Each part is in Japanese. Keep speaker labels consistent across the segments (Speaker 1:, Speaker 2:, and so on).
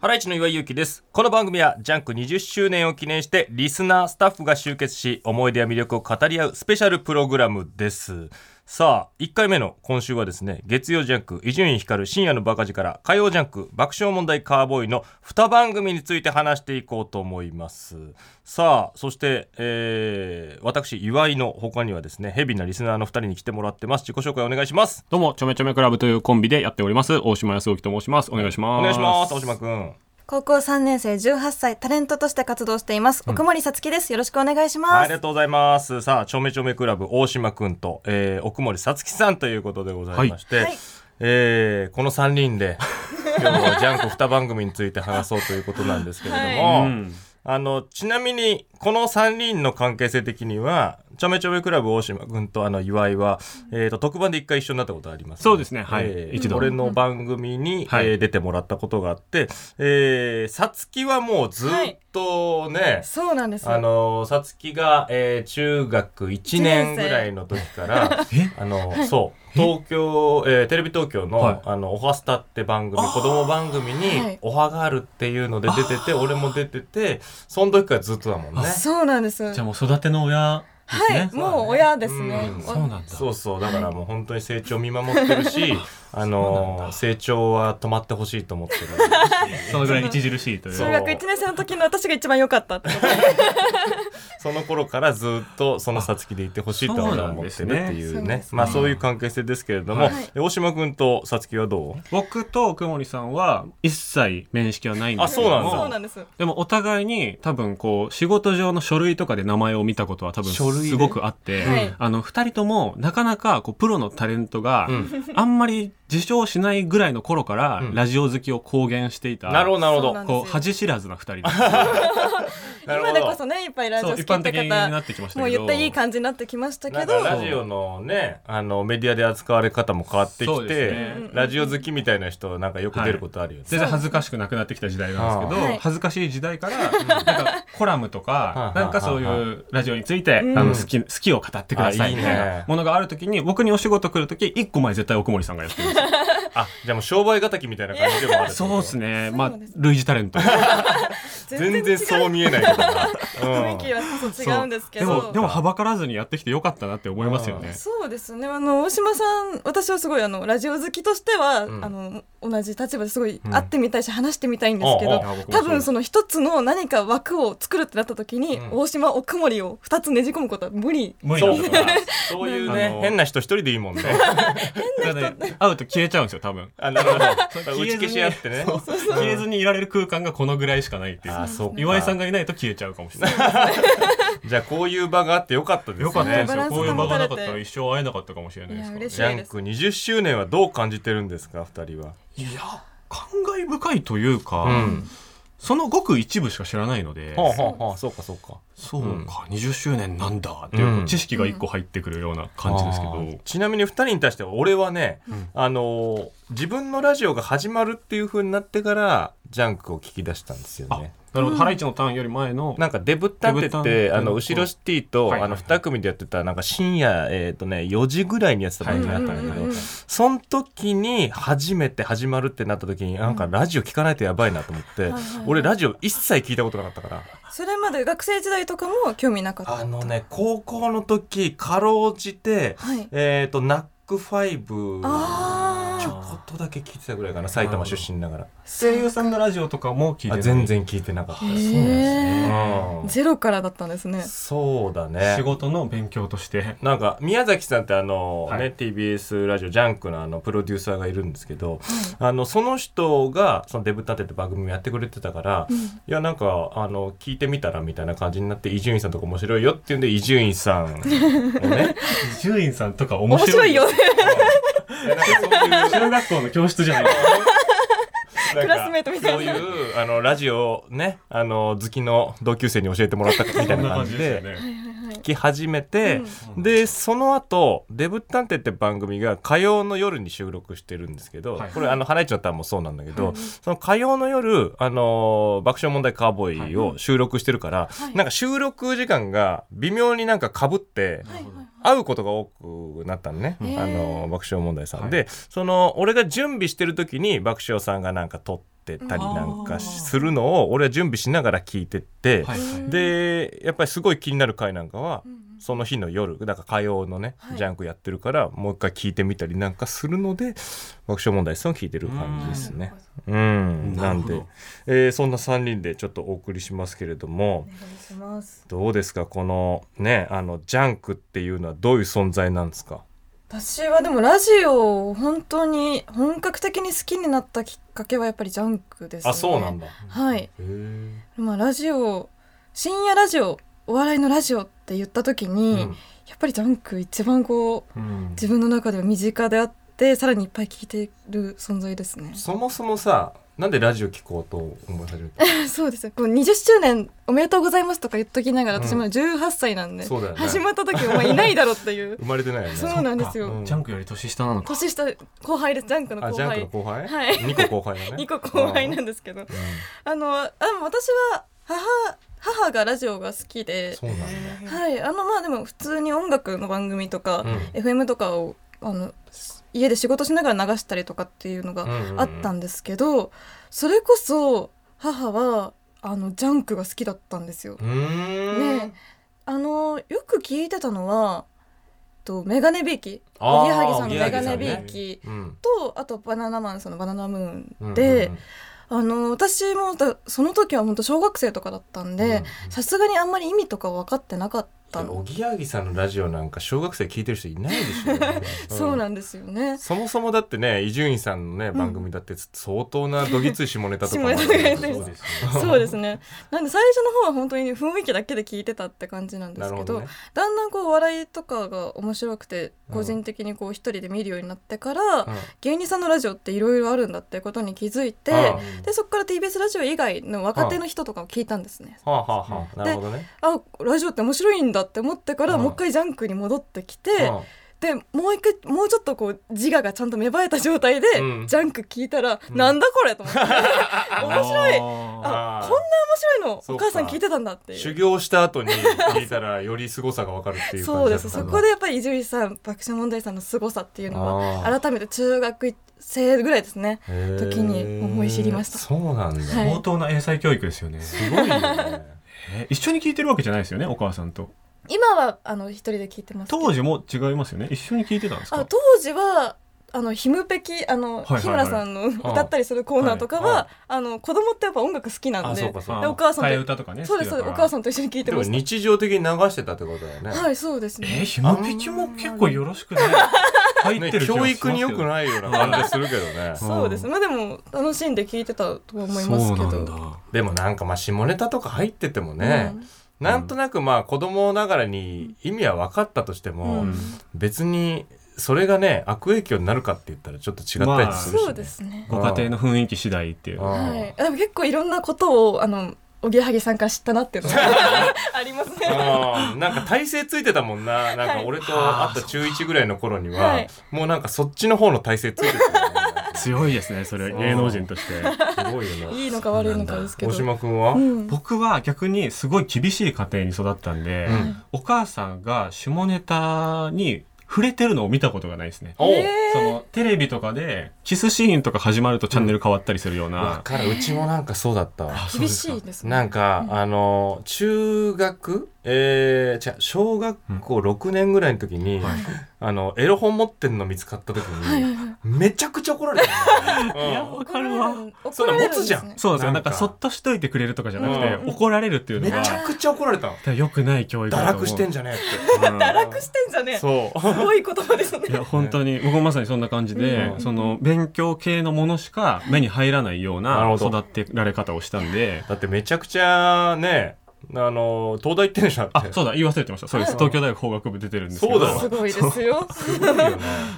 Speaker 1: ハライチの岩井ゆうきです。この番組はジャンク20周年を記念してリスナー、スタッフが集結し思い出や魅力を語り合うスペシャルプログラムです。さあ、1回目の今週はですね、月曜ジャンク伊集院光る深夜のバカ力から火曜ジャンク爆笑問題カーボーイの2番組について話していこうと思います。さあ、そして、えー、私岩井の他にはですね、ヘビーなリスナーの2人に来てもらってます。自己紹介お願いします。
Speaker 2: どうも、ちょめちょめクラブというコンビでやっております、大島康之と申します。お願いします。
Speaker 1: お願いします、大島くん。
Speaker 3: 高校3年生18歳タレントとして活動しています奥森さつきですよろしくお願いし
Speaker 1: はい
Speaker 3: ま
Speaker 1: あり
Speaker 3: す
Speaker 1: がとうございます。さあ、ちょめちょめクラブ大島くんと、えー奥森さつきさんということでございまして、
Speaker 3: はいはい
Speaker 1: えーこの3人で、今日はジャンク2番組について話そうということなんですけれども、
Speaker 2: うん
Speaker 1: あの、ちなみに、この3人の関係性的には、ちょめちょめクラブ大島くんとあの岩井は、えーと、特番で一回一緒になったことあります、
Speaker 2: そうですねはい
Speaker 1: えー
Speaker 2: 一度
Speaker 1: 俺の番組に、
Speaker 2: はい
Speaker 1: えー出てもらったことがあって、えーさつきはもうずっとね、
Speaker 3: そうなんです
Speaker 1: あ
Speaker 3: よ
Speaker 1: のさつきが、えー中学1年ぐらいの時から あの、そう東京、えーテレビ東京の「
Speaker 2: はい
Speaker 1: あのおはスタ」って番組子供番組
Speaker 3: は
Speaker 1: に
Speaker 3: い
Speaker 1: 「おはがある」っていうので出てて俺も出ててその時からずっとだもんね。
Speaker 3: そうなんです
Speaker 2: じゃあもう育ての親です
Speaker 3: は
Speaker 2: ね。
Speaker 3: いもう親ですね
Speaker 1: うん
Speaker 3: お
Speaker 2: そうなんだ。
Speaker 1: そうそうだからもう本当に成長見守ってるしあの成長は止まってほしいと思って る。
Speaker 2: そのぐらい著しいという。
Speaker 1: そう
Speaker 3: 中学1年生の時の私が一番良かったってこと
Speaker 1: その頃からずっとそのさつきでいてほしいとは俺は思ってるってい
Speaker 3: そううな
Speaker 1: ね
Speaker 3: んです
Speaker 1: まあそういう関係性ですけれども、
Speaker 3: はい
Speaker 1: え大島君とさつきはどう
Speaker 2: 僕と奥森さんは一切面識はないんですけど
Speaker 1: あ
Speaker 2: も
Speaker 1: そう
Speaker 3: そう
Speaker 1: な
Speaker 3: なんです
Speaker 2: でもお互いに多分こう仕事上の書類とかで名前を見たことは多分
Speaker 1: 書類です
Speaker 2: ごくあって、
Speaker 3: はい
Speaker 2: あの2人ともなかなかこうプロのタレントが あんまり自称しないぐらいの頃から
Speaker 1: うん
Speaker 2: ラジオ好きを公言していた、
Speaker 1: なるほどなるほど
Speaker 3: そうなんです
Speaker 2: こう恥知らずな2人です
Speaker 1: なる
Speaker 3: 今
Speaker 1: ほど
Speaker 3: でこそねいっぱいラジ
Speaker 2: そ
Speaker 3: オ好
Speaker 2: う
Speaker 3: きっ
Speaker 2: 一般
Speaker 3: て
Speaker 2: 的にな
Speaker 3: 方
Speaker 2: ってきましたけど
Speaker 3: もう言っていい感じになってきました
Speaker 1: な
Speaker 3: け
Speaker 1: ん
Speaker 3: ど
Speaker 1: かラジオのねあのメディアで扱われ方も変わって
Speaker 2: そ
Speaker 1: き
Speaker 2: う
Speaker 1: て、
Speaker 2: ですね
Speaker 1: ラジオ好きみたいな人なんかよく出ることあるよね、
Speaker 2: 全然恥ずかしくなくなってきた時代なんですけど、
Speaker 3: はい
Speaker 2: 恥ずかしい時代 からなんかコラムとか
Speaker 1: うん
Speaker 2: なんかそういうラジオについてあ
Speaker 3: うん
Speaker 2: の好き好きを語ってくださ
Speaker 1: あいい
Speaker 2: い
Speaker 1: ね
Speaker 2: みたいなものがある時に僕にお仕事来る時一個前絶対奥森さんがやってるんですよ
Speaker 1: あじゃあもう商売敵みたいな感じでもある ってこと
Speaker 2: そうですねまあ
Speaker 3: そうです
Speaker 2: 類似タレント
Speaker 1: 全然そう見えないけどな、うん
Speaker 3: 雰囲気はちょっと違うんですけ
Speaker 2: そう
Speaker 3: ど
Speaker 2: でもでもはばからずにやってきてよかったなって思いますよね
Speaker 3: そうですねあの大島さん私はすごいあのラジオ好きとしては、
Speaker 1: うん
Speaker 3: あの同じ立場ですごい
Speaker 1: うん
Speaker 3: 会ってみたいし、話してみたいんですけ
Speaker 1: あ
Speaker 3: ど
Speaker 1: あ
Speaker 2: ああ僕もそ
Speaker 3: 多
Speaker 2: う
Speaker 3: 分その一つの何か枠を作るってなった時に、
Speaker 1: うん
Speaker 3: 大島奥森を二つねじ込むことは無理
Speaker 2: 無
Speaker 1: そ
Speaker 2: な
Speaker 1: うん
Speaker 2: ですよ
Speaker 1: かそういう
Speaker 2: あ
Speaker 1: ね
Speaker 2: の
Speaker 1: 変な人一人でいいもんね
Speaker 2: だからね会うと消えちゃうんですよ多分
Speaker 1: あなるほど
Speaker 2: そう
Speaker 1: 打ち消し合ってね
Speaker 2: そう消えずにいられる空間がこのぐらいしかないっていう
Speaker 1: あそうか
Speaker 2: 岩井さんがいないと消えちゃうかもしれない
Speaker 1: じゃあこういう場があってよかったですね
Speaker 2: よかったですよ。
Speaker 3: ね
Speaker 2: こういう場がなかったら一生会えなかったかもしれないですから、
Speaker 3: いや
Speaker 2: ね。
Speaker 3: 嬉し
Speaker 1: ジャンク20周年はどう感じてるんですか二人は。
Speaker 2: いや、感慨深いというか、
Speaker 1: うん
Speaker 2: そのごく一部しか知らないので、
Speaker 1: はあ、はあはあ、そうかそうか。
Speaker 2: そう
Speaker 1: うん
Speaker 2: か、20周年なんだっていう、
Speaker 1: うん
Speaker 2: こう知識が一個入ってくるような感じですけど、
Speaker 1: あーちなみに二人に対しては俺はね、あのー自分のラジオが始まるっていう風になってからジャンクを聞き出したんですよ
Speaker 2: あ
Speaker 1: ね。
Speaker 2: なるほど、ハライチのターンより前の、
Speaker 1: なんかデブったってっ
Speaker 2: デブった
Speaker 1: て
Speaker 2: ん
Speaker 1: あの後ろシティと、
Speaker 2: はいはい
Speaker 1: あの
Speaker 2: はい
Speaker 1: 2組でやってたなんか深夜えっ、とね4時ぐらいにやってた番組だったんだけど、
Speaker 3: うんうんうんうん
Speaker 1: その時に初めて始まるってなった時になんかラジオ聞かないとやばいなと思って、
Speaker 3: はいはい
Speaker 1: 俺ラジオ一切聞いたことなかったから。
Speaker 3: それまで学生時代とかも興味なかった
Speaker 1: あのね高校の時かろうじて、
Speaker 3: はい
Speaker 1: えっ、とナックファイブ
Speaker 3: あー
Speaker 1: ちょこっとだけ聞いてたぐらいかな埼玉出身ながら
Speaker 2: 声優さんのラジオとかも聞いて
Speaker 1: あ
Speaker 2: ない
Speaker 1: 全然聞いてなかったで
Speaker 3: へ
Speaker 1: す、
Speaker 3: ー
Speaker 1: うん
Speaker 3: ゼロからだったんですね
Speaker 1: そうだね
Speaker 2: 仕事の勉強 として、
Speaker 1: なんか宮崎さんってあの、
Speaker 2: はい
Speaker 1: ね TBS ラジオジャンクのあのプロデューサーがいるんですけど、あのその人がそのデブ立てって番組もやってくれてたから、いやなんかあの聞いてみたらみたいな感じになって伊集院さんとか面白いよっていうんで伊集院さんを ね
Speaker 2: 伊集院さんとか面
Speaker 3: 面白
Speaker 2: 白い
Speaker 3: いよね
Speaker 1: いやなんかそういう
Speaker 2: 中学校の教室じゃない
Speaker 1: なんか
Speaker 3: クラスメイトみたいな
Speaker 1: そういうあのラジオをねあの好きの同級生に教えてもら ったみたいな
Speaker 2: そ
Speaker 1: ん
Speaker 2: な
Speaker 1: 感
Speaker 2: 感
Speaker 1: じ
Speaker 2: じ
Speaker 1: で
Speaker 2: ですよね。
Speaker 1: 聞き始めて、でその後デブ探偵」って番組が火曜の夜に収録してるんですけど、
Speaker 2: はい
Speaker 1: これあの「ハライチのターン」もそうなんだけど、その火曜の夜、あのー爆笑問題カーボーイ」を収録してるから、
Speaker 3: はい
Speaker 1: なんか収録時間が微妙になんかかぶって。
Speaker 3: はいはい
Speaker 1: 会うことが多くなったのね、
Speaker 3: うん
Speaker 1: あの爆笑問題さん、
Speaker 2: はい
Speaker 1: でその俺が準備してる時に爆笑さんがなんか撮って。ってたりなんかするのを俺は準備しながら聞いてって、
Speaker 2: はいはい
Speaker 1: でやっぱりすごい気になる回なんかは、
Speaker 3: うんうん
Speaker 1: その日の夜だから火曜のね、
Speaker 3: はい
Speaker 1: ジャンクやってるからもう一回聞いてみたりなんかするので爆笑問題さんを聞いてる感じですね。うん
Speaker 2: な
Speaker 1: な
Speaker 2: る
Speaker 1: ん
Speaker 2: ほど
Speaker 1: で、えーそんな3人でちょっとお送りしますけれど
Speaker 3: お
Speaker 1: も
Speaker 3: 願いします。
Speaker 1: どうですかこのねあのジャンクっていうのはどういう存在なんですか
Speaker 3: 私はでもラジオを本当に本格的に好きになったきっかけはやっぱりジャンクです、ね。だ。
Speaker 1: だ。
Speaker 3: はい。
Speaker 1: へー
Speaker 3: まあラジオ深夜ラジオお笑いのラジオって言った時に、
Speaker 1: うん
Speaker 3: やっぱりジャンク一番こう
Speaker 1: うん
Speaker 3: 自分の中では身近であってさらにいっぱい聞いてる存在ですね。
Speaker 1: そもそもさなんでラジオ聞こうと思い始めた
Speaker 3: そうですね。こう20周年おめでとうございますとか言っときながら、
Speaker 1: うん
Speaker 3: 私まだ18歳なんで、
Speaker 1: そうだよね
Speaker 3: 始まった時お前いないだろっていう
Speaker 1: 生まれてないよね
Speaker 3: そうなんですよ
Speaker 1: う
Speaker 2: あ
Speaker 1: ん
Speaker 2: ジャンクより年下なのか。
Speaker 3: 年下後輩ですジャンクの
Speaker 1: あ
Speaker 3: 後
Speaker 1: ジャンクの
Speaker 3: 輩
Speaker 1: 後輩、
Speaker 3: はい
Speaker 1: 二個後 輩だね
Speaker 3: 2個後輩な
Speaker 1: うん
Speaker 3: んですけど
Speaker 1: う
Speaker 3: あのあでも私は母母がラジオが好き
Speaker 1: ん
Speaker 3: で
Speaker 1: そうなんだ
Speaker 3: はいあのまあでも普通に音楽の番組とか、
Speaker 1: う
Speaker 3: FM とかをあの家で仕事しながら流したりとかっていうのがあったんですけど、それこそ母はあのジャンクが好きだったんですよ。
Speaker 1: うーん
Speaker 3: ねあのよく聞いてたのはえっとメガネビーキ
Speaker 1: あー
Speaker 3: おぎやはぎさんの
Speaker 2: おぎや
Speaker 3: メ
Speaker 2: はぎ
Speaker 3: ガ
Speaker 2: さん
Speaker 3: ネ
Speaker 2: ね
Speaker 3: ビーキ
Speaker 1: うん
Speaker 3: とあとバナナマンさんのバナナムーン
Speaker 1: うんうん
Speaker 3: で、
Speaker 1: うん
Speaker 3: あの私もだその時は本当小学生とかだったん
Speaker 1: うんうん
Speaker 3: でさすがにあんまり意味とか分かってなかった
Speaker 1: いやお
Speaker 3: の、
Speaker 1: ぎやはぎさんのラジオなんか小学生聞いてる人いないでしょ、
Speaker 3: そうなんんですよね。
Speaker 1: そもそもだってね伊集院さんのね番組だって相当などぎつい下ネタとかもある
Speaker 3: 下ネタが
Speaker 1: そ
Speaker 3: やっ
Speaker 1: う
Speaker 3: て
Speaker 1: で
Speaker 3: る
Speaker 1: す
Speaker 3: そうですねなんで最初の方は本当に雰囲気だけで聞いてたって感じなんで
Speaker 1: な
Speaker 3: す
Speaker 1: る
Speaker 3: け
Speaker 1: ほ
Speaker 3: ど
Speaker 1: どね
Speaker 3: だんだんこう笑いとかが面白くて
Speaker 1: うん
Speaker 3: 個人的にこう一人で見るようになってから、
Speaker 1: うん
Speaker 3: 芸人さんのラジオっていろいろあるんだってことに気づいて、
Speaker 1: うん
Speaker 3: でそこから TBS ラジオ以外の若手の人とかを聞いたんですね、
Speaker 1: はあはあはあなるほどね
Speaker 3: あラジオって面白いんだって思ってから、
Speaker 1: うん
Speaker 3: もう一回ジャンクに戻ってきて、
Speaker 1: うん
Speaker 3: でもう一回もうちょっとこう自我がちゃんと芽生えた状態で、
Speaker 1: うん
Speaker 3: ジャンク聞いたら、
Speaker 1: うん
Speaker 3: なんだこれと思 って面面白いあ
Speaker 1: あー
Speaker 2: あ
Speaker 3: こんな面白いの
Speaker 1: そう
Speaker 3: お
Speaker 1: か
Speaker 3: 母さん聞いてたんだってい
Speaker 1: 修
Speaker 3: う。
Speaker 1: 行した後に聞いたらより凄さがわかるっていう
Speaker 3: そ
Speaker 1: 感
Speaker 3: う
Speaker 1: じだ
Speaker 3: で
Speaker 1: った
Speaker 3: す
Speaker 1: んだ
Speaker 3: そこでやっぱり伊集院さん爆笑問題さんの凄さっていうの
Speaker 1: あ
Speaker 3: は
Speaker 1: ー
Speaker 3: 改めて中学生ぐらいですね
Speaker 1: へー
Speaker 3: 時に思い知りました
Speaker 1: そうなんだ
Speaker 3: はい
Speaker 2: 相当な英才教育ですよね。
Speaker 1: す ごいよね
Speaker 2: え一緒に聞いてるわけじゃないですよね、お母さんと。
Speaker 3: 今はあの一人で聞いてますけど
Speaker 2: 当時も違いますよね。一緒に聞いてたんです
Speaker 3: あ
Speaker 2: か。
Speaker 3: 当時はあのヒムペキあの、
Speaker 2: いはいはい
Speaker 3: 日村さんの歌ったりするコーナーとかは、
Speaker 1: は
Speaker 3: あの子供ってやっぱ音楽好きなん
Speaker 1: あ
Speaker 3: で
Speaker 1: そうかそう
Speaker 3: で
Speaker 1: か
Speaker 3: お母さんと
Speaker 2: 替え歌とかね。
Speaker 3: そうですそうですお母さんと一緒に聞いて
Speaker 1: で
Speaker 3: ま
Speaker 1: も
Speaker 3: した
Speaker 1: 日常的に流してたってことだよね
Speaker 3: はいそうです
Speaker 2: えー、
Speaker 3: ね
Speaker 2: ひまぺきも結構よろしくね。
Speaker 1: ね
Speaker 2: 入ってる気がしますけど
Speaker 1: 教育に良くないような感じするけどね
Speaker 3: そうですまあでも楽しんで聞いてたとは思います
Speaker 2: そう
Speaker 3: け
Speaker 2: な
Speaker 3: ど
Speaker 2: んだ。
Speaker 1: でもなんかまあ下ネタとか入っててもね、なんとなくまあ子供ながらに意味は分かったとして
Speaker 3: うん
Speaker 1: も、
Speaker 3: うん
Speaker 1: 別にそれがね悪影響になるかって言ったらちょっと違ったりするし、ね
Speaker 3: そうですね
Speaker 2: ご家庭の雰囲気次第っていう。
Speaker 1: うん
Speaker 3: はいあでも結構いろんなことをあのおぎやはぎさんから知ったなっていうのが ありますね
Speaker 1: うんなんか体勢ついてたもんななんか俺と会った中1ぐらいの頃には、
Speaker 3: はい
Speaker 1: もうなんかそっちの方の体勢ついてたよね
Speaker 2: 強いですね、それ
Speaker 1: そう
Speaker 2: 芸能人として。
Speaker 1: すごいよ ね
Speaker 3: いいのか悪いのかですけ
Speaker 1: 大
Speaker 3: ど
Speaker 1: 島君は、
Speaker 3: うん
Speaker 2: 僕は逆にすごい厳しい家庭に育ったんで、
Speaker 1: うん
Speaker 2: お母さんが下ネタに触れてるのを見たことがないですね。
Speaker 1: おう
Speaker 3: えー
Speaker 2: そのテレビとかでキスシーンとか始まるとチャンネル変わったりするよう
Speaker 1: わ
Speaker 2: な。
Speaker 1: かるうちもなんかそうだったわ
Speaker 2: そう
Speaker 3: 厳
Speaker 2: です
Speaker 3: し
Speaker 2: か
Speaker 3: いですね
Speaker 1: なんか、あの中学えー、じゃ小学校6年ぐらいの時に、あのエロ本持ってんの見つかった時に、
Speaker 3: はいはいはい
Speaker 1: めちゃくちゃ怒られたの、
Speaker 2: いや
Speaker 1: うん
Speaker 2: わかるわ。
Speaker 1: そ
Speaker 3: 怒
Speaker 1: ん
Speaker 3: ら
Speaker 1: な
Speaker 3: れるん
Speaker 1: 持つ
Speaker 3: です
Speaker 1: じゃ
Speaker 3: ね
Speaker 1: ん
Speaker 2: そうなんですよ。
Speaker 1: な
Speaker 2: なんん
Speaker 1: か
Speaker 2: かそっとしといてくれるとかじゃなく
Speaker 1: う
Speaker 2: て、怒られるっていうの
Speaker 1: め
Speaker 2: が、
Speaker 1: ちゃくちゃ怒られたの
Speaker 2: 良くない教育
Speaker 1: 堕
Speaker 2: だと思う。
Speaker 1: 落してんじゃねえ
Speaker 2: うん
Speaker 3: 堕落してんじゃねえ
Speaker 1: って
Speaker 3: す
Speaker 1: そう
Speaker 3: ごい言葉ですね
Speaker 2: いや本当に僕もまさにそんな感じで、
Speaker 1: うん
Speaker 2: その勉強系のものしか目に入らないよう
Speaker 1: な
Speaker 2: な
Speaker 1: るほど
Speaker 2: 育てられ方をしたんで
Speaker 1: だってめちゃくちゃねあの東大行ってんでしょだっ
Speaker 2: あ
Speaker 1: て
Speaker 2: そうだ言い忘れてましたそうです
Speaker 1: はい
Speaker 2: 東京大学法学部出てるんですけど
Speaker 1: そうだ
Speaker 3: すごいですよ
Speaker 1: すごいよね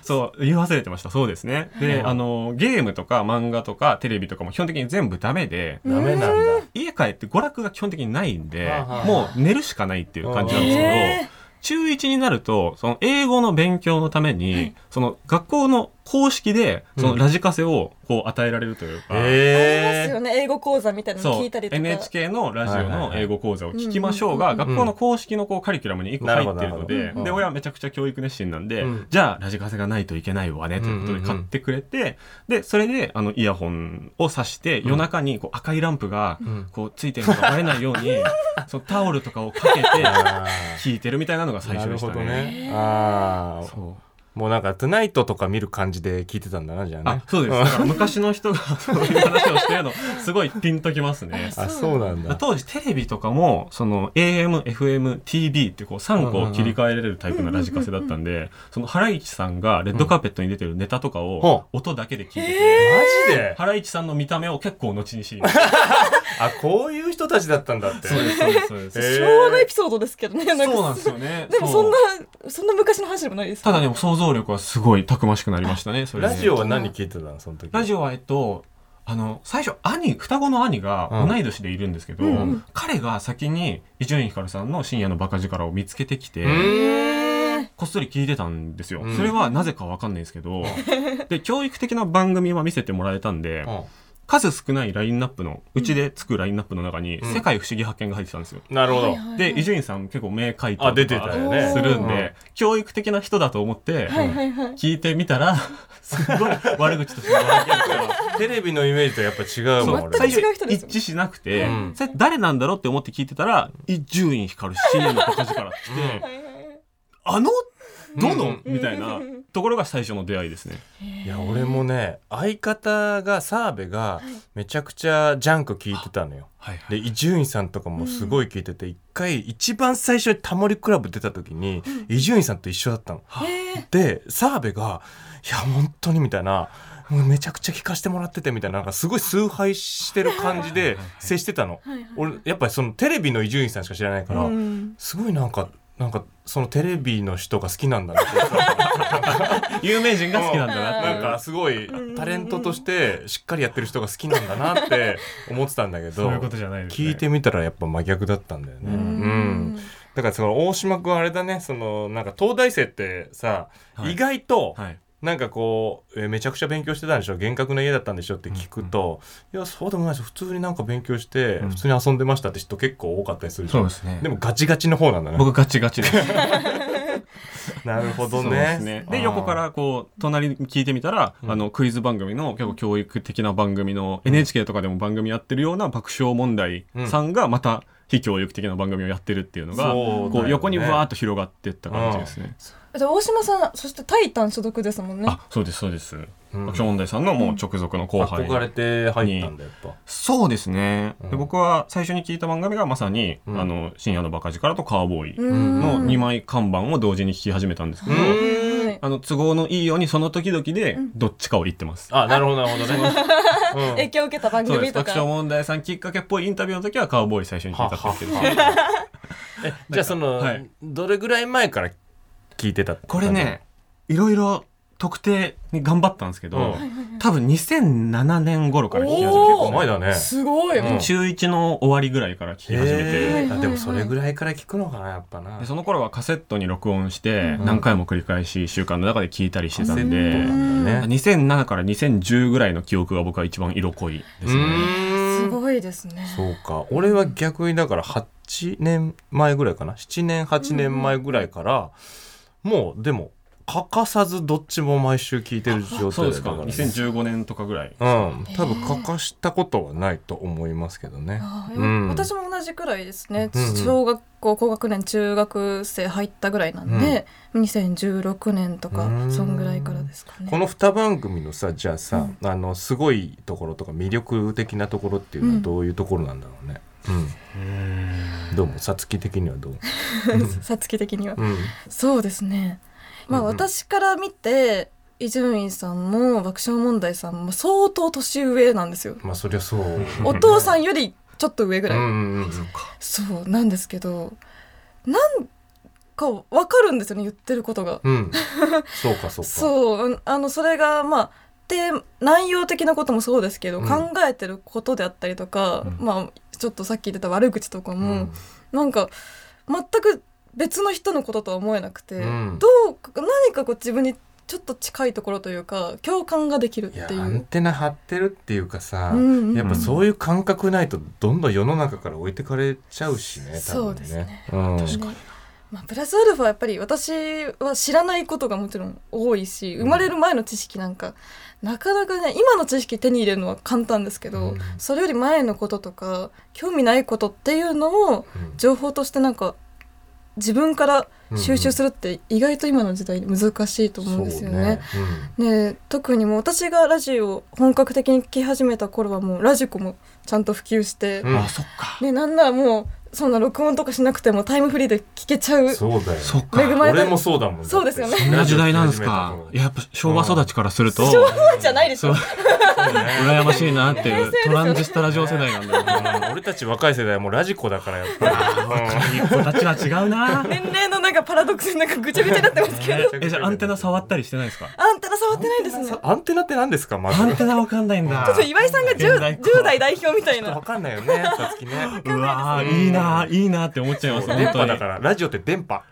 Speaker 2: そう言い忘れてましたそうですねで、
Speaker 1: うん
Speaker 2: あのゲームとか漫画とかテレビとかも基本的に全部ダメで
Speaker 1: ダメなんだ
Speaker 2: 家帰って娯楽が基本的にないんで
Speaker 1: はあはあ
Speaker 2: もう寝るしかないっていう感じなんですけど、
Speaker 3: え
Speaker 2: 中1になるとその英語の勉強のために、その学校の公式でそうの
Speaker 1: ん
Speaker 2: ラジカセをこう与えられるというか、
Speaker 3: ありますよ
Speaker 1: え
Speaker 3: ね英語講座みたいなの
Speaker 2: そ
Speaker 3: 聞
Speaker 2: う
Speaker 3: いたりとか
Speaker 2: NHK のラジオの英語講座を聞きましょ
Speaker 3: は
Speaker 2: うが、
Speaker 3: いはい
Speaker 1: はいうん
Speaker 2: 学校の公式のこうカリキュラムに1個
Speaker 1: なる
Speaker 2: 入
Speaker 1: ほど
Speaker 2: ってるの
Speaker 1: な
Speaker 2: で
Speaker 1: るほど
Speaker 2: で
Speaker 1: うん
Speaker 2: 親はめちゃくちゃ教育熱心なんで、
Speaker 1: うん
Speaker 2: じゃあラジカセがないといけないわねということ
Speaker 1: うんうんう
Speaker 2: で
Speaker 1: ん
Speaker 2: 買ってくれて、でそれであのイヤホンを挿して夜中にこう赤いランプが
Speaker 1: ん
Speaker 2: こうついてるのがバレない ようにそうタオルとかをかけて聞いてるみたいなのが最
Speaker 1: な
Speaker 2: 初
Speaker 1: る
Speaker 2: でし
Speaker 1: ほ
Speaker 2: た
Speaker 1: ど
Speaker 2: ね。
Speaker 1: ね。ああ、
Speaker 2: そう
Speaker 1: もうなんか、トゥナイトとか見る感じで聞いてたんだな、じゃあね
Speaker 2: あ。そうですだから昔の人がそういう話をしてるのすごいピンときますね。
Speaker 1: あ、そうなんだ。
Speaker 2: 当時テレビとかもその AM、FM、TV ってこう3個を切り替えられるタイプのラジカセだったんでその原市さんがレッドカーペットに出てるネタとかを音だけで聞いてて
Speaker 1: マジで
Speaker 2: 原市さんの見た目を結構後に知り
Speaker 1: あ、こういう人たちだったんだって。
Speaker 2: そうですそうですそうです
Speaker 1: えー
Speaker 3: 昭和のエピソードですけどねなんか
Speaker 2: そうなんですよね
Speaker 3: でもそんな
Speaker 2: う
Speaker 3: そんな昔の話でもないです
Speaker 2: ただでも想像力はすごいたくましくなりましたねそれ
Speaker 1: ラ
Speaker 2: で
Speaker 1: ジオは何聞いてたの、その時。
Speaker 2: ラジオはえっとあの最初兄双子の兄が
Speaker 1: うん
Speaker 2: 同い年でいるんですけど、
Speaker 3: うん
Speaker 1: うん
Speaker 2: 彼が先に伊集院光さんの深夜のバカ力を見つけてきて、
Speaker 1: うん
Speaker 3: へー
Speaker 2: こっそり聞いてたんですよ、
Speaker 1: うん
Speaker 2: それはなぜかわかんないです けどで教育的な番組は見せてもらえたんで、数少ないラインナップのうちでつくラインナップの中に「
Speaker 1: うん
Speaker 2: 世界不思議発見」が入ってたんですよ、
Speaker 1: うんなるほ
Speaker 3: は
Speaker 1: ど
Speaker 3: い。はいはい
Speaker 2: で伊集院さん結構目書いた
Speaker 1: あ、出
Speaker 2: り
Speaker 1: て
Speaker 2: と
Speaker 1: た
Speaker 2: か
Speaker 1: よね。
Speaker 2: するんで、
Speaker 1: うん
Speaker 2: 教育的な人だと思って
Speaker 3: はいはいはい
Speaker 2: 聞いてみたら、 すごい悪口として言われてるから。
Speaker 1: テレビのイメージとやっぱ違う
Speaker 2: そ
Speaker 1: も、
Speaker 2: うん
Speaker 1: 俺。
Speaker 2: 最初
Speaker 3: 違う人ですよね
Speaker 2: 一致しなくて、
Speaker 1: うん
Speaker 2: それ誰なんだろうって思って聞いてたら伊集院光深夜のバカ力ってきて、
Speaker 1: うん
Speaker 3: はいはい
Speaker 2: あのどの、
Speaker 1: うん
Speaker 2: みたいな
Speaker 3: うん
Speaker 2: ところが最初の出会いですね。
Speaker 1: いや、俺もね、相方が、澤部が、めちゃくちゃジャンク聞いてたのよ。
Speaker 2: はい
Speaker 1: で伊集院さんとかもすごい聞いてて一、回一番最初に「タモリクラブ」出た時に伊集院さんと一緒だったの。
Speaker 3: へー
Speaker 1: で澤部が「いや本当に」みたいな「もうめちゃくちゃ聞かせてもらってて」みたいななんかすごい崇拝してる感じで接してたの。
Speaker 3: はいはい
Speaker 1: 俺やっぱりそのテレビの伊集院さんしか知らないから、
Speaker 3: うん
Speaker 1: すごいなんかなんかそのテレビの人が好きなんだなって
Speaker 2: 有名人が好きなんだなって
Speaker 1: ないん
Speaker 2: う。
Speaker 1: かすごいタレントとしてしっかりやってる人が好きなんだな って思ってたんだけど
Speaker 2: そういうことじゃないです、ね。
Speaker 1: 聞いてみたらやっぱ真逆だったんだよね。
Speaker 2: うん
Speaker 1: うんだからその大島君あれだねそのなんか東大生ってさ、
Speaker 2: はい
Speaker 1: 意外と
Speaker 2: はい。
Speaker 1: なんかこう、えーめちゃくちゃ勉強してたんでしょ厳格な家だったんでしょって聞くと、いやそうでもないです普通になんか勉強して、
Speaker 2: うん
Speaker 1: 普通に遊んでましたって人結構多かったりするじゃ
Speaker 2: そ
Speaker 1: ん
Speaker 2: うですね。
Speaker 1: でもガチガチの方なんだね
Speaker 2: 僕ガチガチです。
Speaker 1: なるほど
Speaker 2: そ
Speaker 1: ね
Speaker 2: うですね。
Speaker 1: あ
Speaker 2: で
Speaker 1: ー
Speaker 2: 横からこう隣に聞いてみたら、
Speaker 1: うん
Speaker 2: あのクイズ番組の結構教育的な番組の NHK とかでも番組やってるような爆笑問題さんがまた非教育的な番組をやってるっていうのが、
Speaker 1: そうだよ
Speaker 2: こ
Speaker 1: ね
Speaker 2: う横にわーっと広がっていった感じですね。
Speaker 3: で大島さんそしてタイタン所属ですもんね
Speaker 2: あそうですそうです。
Speaker 1: うん
Speaker 2: 爆笑問題さんのもう直属の後輩。
Speaker 1: 憧れて入ったんだやっぱ
Speaker 2: そうですね、
Speaker 1: うん
Speaker 2: で僕は最初に聞いた番組がまさに、
Speaker 1: うん
Speaker 2: あの深夜のバカ力とカーボーイ
Speaker 3: うん
Speaker 2: の2枚看板を同時に聞き始めたんですけど、
Speaker 1: うん
Speaker 3: はい
Speaker 2: あの都合のいいようにその時々でどっちかを言ってます。
Speaker 1: あなるほどなるほどね、うん
Speaker 3: 影響を受けた番
Speaker 2: そうで
Speaker 3: 組
Speaker 2: す
Speaker 3: と
Speaker 2: 爆
Speaker 3: か
Speaker 2: 笑問題さんきっかけっぽいインタビューの時はカウボーイ最初に聞いたんですけど
Speaker 1: はえじゃあその、
Speaker 2: はい
Speaker 1: どれぐらい前から聞いてたって
Speaker 2: こ
Speaker 1: 感じ
Speaker 2: れねいろいろ特定に頑張ったんですけど、
Speaker 1: うん
Speaker 2: 多分2007年頃から聞き始めて
Speaker 1: 結
Speaker 3: お
Speaker 1: 構前だね
Speaker 3: すごい、
Speaker 1: うん
Speaker 3: もう
Speaker 2: 中1の終わりぐらいから聞き始めて、
Speaker 1: えー
Speaker 3: はい
Speaker 1: あでもそれぐらいから聞くのかなやっぱな
Speaker 2: でその頃はカセットに録音して
Speaker 1: うん
Speaker 2: 何回も繰り返し週間の中で聞いたりしてたんで、
Speaker 1: カセットなんだね
Speaker 2: 2007から2010ぐらいの記憶が僕は一番色濃いです
Speaker 1: う
Speaker 2: ね。
Speaker 3: す
Speaker 1: ーん
Speaker 3: ごいですね
Speaker 1: そうか俺は逆にだから8年前ぐらいかな7年8年前ぐらいから、もうでも欠かさずどっちも毎週聞いてる状態
Speaker 2: そうで
Speaker 1: だ
Speaker 2: す
Speaker 1: か、
Speaker 2: から
Speaker 1: ね、
Speaker 2: 2015年とかぐらい
Speaker 1: うん多分欠かしたことはないと思いますけどね
Speaker 3: あー
Speaker 1: うん
Speaker 3: 私も同じくらいですね、
Speaker 1: うんうん
Speaker 3: 小学校高学年中学生入ったぐらいなんで、2016年とか
Speaker 1: うん
Speaker 3: そんぐらいからですかね
Speaker 1: この2番組のさじゃあさ、あのすごいところとか魅力的なところっていうのはどういうところなんだろうね、うんどうもさつき的にはどう、
Speaker 3: さつき的には、
Speaker 1: うん
Speaker 3: そうですねまあ、
Speaker 1: うんうん
Speaker 3: 私から見て伊集院さんも爆笑問題さんも相当年上なんですよ
Speaker 1: まあそりゃそう
Speaker 3: お父さんよりちょっと上ぐ
Speaker 1: う
Speaker 3: らい、
Speaker 1: んうんうん
Speaker 3: そうなんですけどなんかわかるんですよね言ってることが。
Speaker 1: うん、そうかそうか
Speaker 3: そううんあのそれがまあで内容的なこともそうですけど、
Speaker 1: うん
Speaker 3: 考えてることであったりとか、
Speaker 2: うん
Speaker 3: まあちょっとさっき言ってた悪口とか
Speaker 1: う
Speaker 3: も、
Speaker 1: ん
Speaker 3: なんか全く別の人のこととは思えなくて、
Speaker 1: うん
Speaker 3: どうか何かこう自分にちょっと近いところというか共感ができるっ
Speaker 1: いや
Speaker 3: てい
Speaker 1: アン
Speaker 3: う。
Speaker 1: テナ張ってるっていうかさ、
Speaker 3: うんうん
Speaker 1: やっぱそういう感覚ないとどんどん世の中から置いてかれちゃうしね多
Speaker 3: そう
Speaker 1: 分
Speaker 3: で
Speaker 1: ね
Speaker 3: すね
Speaker 1: うん、
Speaker 3: 確かにまあ、プラスアルファやっぱり私は知らないことがもちろん多いし生まれる前の知識なんか、なかなかね今の知識手に入れるのは簡単ですけど、
Speaker 1: うん
Speaker 3: それより前のこととか興味ないことっていうのを
Speaker 1: うん
Speaker 3: 情報としてなんか自分から収集するって意外と今の時代難しいと思うんですよね。
Speaker 1: そうね
Speaker 3: ね、特にもう私がラジオを本格的に聞き始めた頃はもうラジコもちゃんと普及して、
Speaker 1: うん
Speaker 2: あそっか
Speaker 3: ね、なんならもうそんな録音とかしなくてもタイムフリーで聞けちゃ
Speaker 1: うん
Speaker 3: う
Speaker 1: そうだよ
Speaker 2: そっ
Speaker 3: 恵
Speaker 2: か
Speaker 3: まれた
Speaker 1: 俺もそうだもん
Speaker 3: そうですよね
Speaker 2: そんな時代なんですか
Speaker 1: そう
Speaker 2: いややっぱ昭和育ちからすると
Speaker 3: 昭和じゃないでし
Speaker 2: そう
Speaker 3: ょ
Speaker 2: 羨ましいなってい
Speaker 3: 平
Speaker 2: う
Speaker 3: 成です
Speaker 2: ト
Speaker 3: よね
Speaker 2: ランジスタラジオ世代なんだよね
Speaker 1: うん俺たち若い世代はもうラジコだからやっ ぱ
Speaker 2: いい子たちは違うな
Speaker 3: 年齢のなんかパラドックスでなんかぐちゃぐちゃになってますけど
Speaker 1: り
Speaker 2: えじゃあアンテナ触ったりしてないですか
Speaker 3: あんたら触ってないですねちょ
Speaker 1: さアンテナって何ですかまず
Speaker 2: アンテナわかんないんだ
Speaker 1: ちょ
Speaker 3: っと岩井さんが 10,
Speaker 2: 現代っ子
Speaker 3: 10代代表みたい
Speaker 1: わ
Speaker 3: な
Speaker 1: かんないよねさつきね
Speaker 2: うわーいいなーいいなーって思っちゃいます
Speaker 1: 電
Speaker 2: 本当
Speaker 1: 波
Speaker 2: に
Speaker 1: だからラジオって電波
Speaker 2: か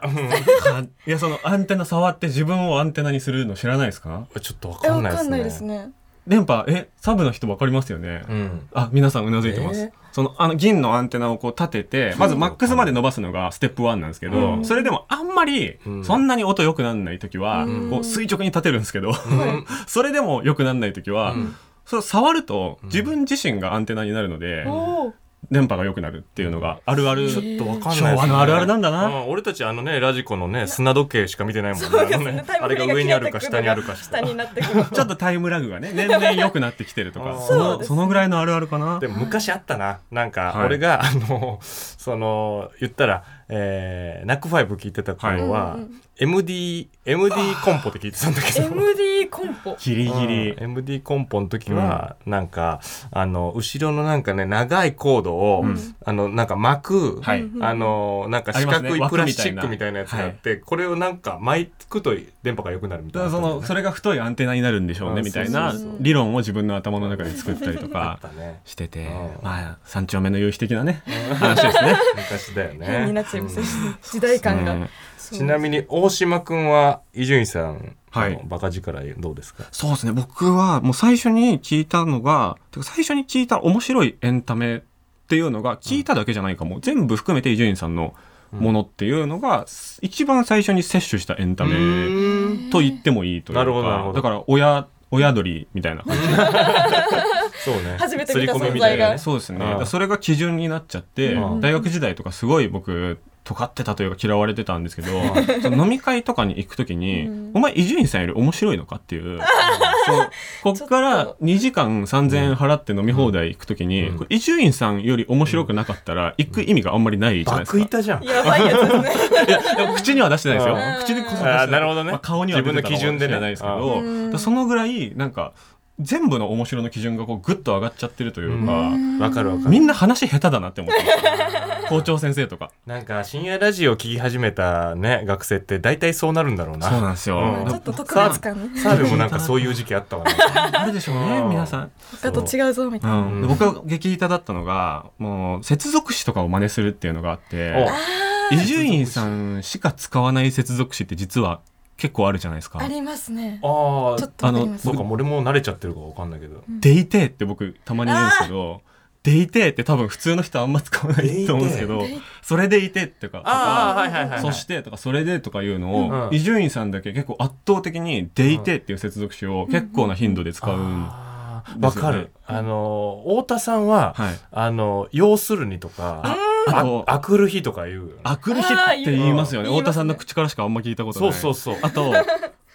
Speaker 2: いやそのアンテナ触って自分をアンテナにするの知らないですか
Speaker 1: ちょっとわ
Speaker 3: え
Speaker 1: か
Speaker 3: わ
Speaker 1: んないで
Speaker 3: か
Speaker 1: す
Speaker 3: ん
Speaker 1: ね
Speaker 3: ないですね
Speaker 2: 電波えサブの人わかりますよね、
Speaker 1: うん
Speaker 2: あ皆さんうなずいてます、
Speaker 1: えー
Speaker 2: そのあの銀のアンテナをこう立ててまずマックスまで伸ばすのがステップ1なんですけど、
Speaker 3: うん
Speaker 2: それでもあんまり
Speaker 1: うん
Speaker 2: そんなに音良くならない時は、
Speaker 3: うん
Speaker 2: こう垂直に立てるんですけど、
Speaker 1: うん
Speaker 2: それでも良くならない時は、
Speaker 1: うん
Speaker 2: それ触ると自分自身がアンテナになるので、
Speaker 3: おー
Speaker 2: 電波が良くなるっていうのがあるある、
Speaker 3: ちょっ
Speaker 1: ちょっとわかんないですね
Speaker 2: 昭和のあるあるなんだな、
Speaker 1: うん俺たちあのねラジコのね砂時計しか見てないもんね
Speaker 3: そうです
Speaker 1: あの
Speaker 3: ね
Speaker 1: ね
Speaker 3: タイ
Speaker 1: あ
Speaker 3: ムフ
Speaker 1: れ
Speaker 3: リー
Speaker 1: が
Speaker 3: が
Speaker 1: 上
Speaker 3: 切
Speaker 1: にあ
Speaker 3: れ
Speaker 1: る
Speaker 3: て
Speaker 1: か
Speaker 3: くる
Speaker 1: 下にあるかし
Speaker 3: 下
Speaker 1: ら
Speaker 3: になってくる
Speaker 2: ちょっとタイムラグがね年々良くなってきてると
Speaker 1: あ
Speaker 2: か
Speaker 1: ー
Speaker 2: そ
Speaker 3: そう
Speaker 2: の
Speaker 3: ですね
Speaker 2: そのぐらいのあるあるかな
Speaker 1: でも昔あったななんか
Speaker 2: はい
Speaker 1: 俺が、あのその言ったら、えー、ナックファイブ聞いてた頃は、
Speaker 3: はいうんうん
Speaker 1: MD, MD コンポで聞いてたんだけど
Speaker 3: MD コンポ
Speaker 2: ギリギリ、
Speaker 1: うん MD コンポの時は、なんかあの後ろのなんかね長いコードを、
Speaker 2: うん
Speaker 1: あのなんか巻く、
Speaker 2: はい
Speaker 3: うん
Speaker 1: あのなんか
Speaker 2: あり
Speaker 1: 四
Speaker 2: ますね
Speaker 1: 角いプラスチッ
Speaker 2: 枠
Speaker 1: ク
Speaker 2: み
Speaker 1: み
Speaker 2: た
Speaker 1: た
Speaker 2: い
Speaker 1: い
Speaker 2: な
Speaker 1: なやつがあって、これをなんか巻くと電波が良くなるみた
Speaker 2: だ
Speaker 1: い
Speaker 2: か
Speaker 1: な
Speaker 2: らそのそれが太いアンテナになるんでしょうね
Speaker 1: うん
Speaker 2: みたい
Speaker 1: そ
Speaker 2: な
Speaker 1: うそうそう
Speaker 2: 理論を自分の頭の中で作ったりと
Speaker 1: あ
Speaker 2: か
Speaker 1: ったね
Speaker 2: してて
Speaker 1: うん
Speaker 2: まあ三丁目の夕日的なね話ですね。
Speaker 1: 昔だよね
Speaker 3: 変になっちゃいます
Speaker 1: うん
Speaker 3: 時代感が、
Speaker 2: ね
Speaker 3: そう
Speaker 1: ちなみに大島くんは伊集院さん
Speaker 2: はい
Speaker 1: のバカ力どうですか、
Speaker 2: そうですね僕はもう最初に聞いたのがてか最初に聞いた面白いエンタメっていうのが聞いただけじゃないかも、全部含めて伊集院さんのものっていうのが一番最初に摂取したエンタ
Speaker 1: う
Speaker 2: メ
Speaker 1: ーん
Speaker 2: と言ってもいいというか
Speaker 1: なるほどなるほど
Speaker 2: だから親親鳥みたいな感じ
Speaker 1: そうね
Speaker 3: 初めて見た存在が
Speaker 1: 刷り込みみたいなね
Speaker 2: そうですね。
Speaker 1: うん
Speaker 2: だからそれが基準になっちゃって、
Speaker 1: うん
Speaker 2: 大学時代とかすごい僕、尖ってたというか嫌われてたんですけど、その飲み会とかに行くときに、
Speaker 3: うん
Speaker 2: お前伊集院さんより面白いのかっていう、そうこっか
Speaker 3: ちょ
Speaker 2: ら
Speaker 3: っ
Speaker 2: 2時間3000円払って飲み放題行くときに、
Speaker 1: うん
Speaker 2: これ伊集院さんより面白くなかったら行く意味があんまりないじゃないです
Speaker 1: 爆
Speaker 2: か。
Speaker 1: 板じゃん
Speaker 3: やばいやつですね
Speaker 2: いやでも口には出してないですよ
Speaker 1: うん。
Speaker 2: 口にこそ出して
Speaker 1: あ
Speaker 2: な
Speaker 1: ー
Speaker 2: い。
Speaker 1: なるほどね
Speaker 2: まあ顔には出てたかも
Speaker 1: 自分の基準でね
Speaker 2: しれないですけ
Speaker 3: う
Speaker 2: ど、
Speaker 3: ん
Speaker 2: だからそのぐらい、なんか、全部の面白の基準がこうグッと上がっちゃってるというか、
Speaker 1: うんわかるわかる
Speaker 2: みんな話下手だなって思ってます。校長先生とか。
Speaker 1: なんか深夜ラジオを聞き始めたね学生って大体そうなるんだろうな
Speaker 2: そうなんですよ。
Speaker 1: う ん
Speaker 3: ちょっと特別感ね
Speaker 1: 澤部もなんかそういう時期あったわね
Speaker 2: あるでしょうね
Speaker 1: う、ん
Speaker 2: 皆さん。
Speaker 3: 他と違うぞみたいな、
Speaker 1: ん
Speaker 2: で僕が激痛だったのが、もう、接続詞とかを真似するっていうのがあって
Speaker 1: お、
Speaker 2: 伊集院さんしか使わない接続詞って実は結構あるじゃないですか
Speaker 3: あ。りますね
Speaker 1: あ
Speaker 3: ちょ
Speaker 1: あ
Speaker 3: っとわかりま
Speaker 2: あ
Speaker 3: す
Speaker 1: そうか俺もう慣れちゃってるからわかんないけど
Speaker 2: でいてえって僕たまに言うんですけど、でいてえって多分普通の人あんま使わないと思うんですけど
Speaker 3: でいてえ、
Speaker 2: それでいてえってか、とか
Speaker 1: あーはいはいはいはい
Speaker 2: そしてとかそれでとかいうの
Speaker 1: う
Speaker 2: を
Speaker 1: ん
Speaker 2: 伊集院さんだけ結構圧倒的に「でいて」っていう接続詞を結構な頻度で使う、は
Speaker 1: あ
Speaker 2: ですよ
Speaker 1: ー
Speaker 2: ね
Speaker 1: わかるあの太田さんはいあの要するにとか
Speaker 2: あ
Speaker 1: あ
Speaker 2: と
Speaker 1: あくる日とか言うよね
Speaker 2: 「あくる日」って言いますよね
Speaker 3: あー言いますね
Speaker 2: 太田さんの口からしかあんま聞いたことな
Speaker 1: そ
Speaker 2: いう
Speaker 1: そうそう
Speaker 2: あと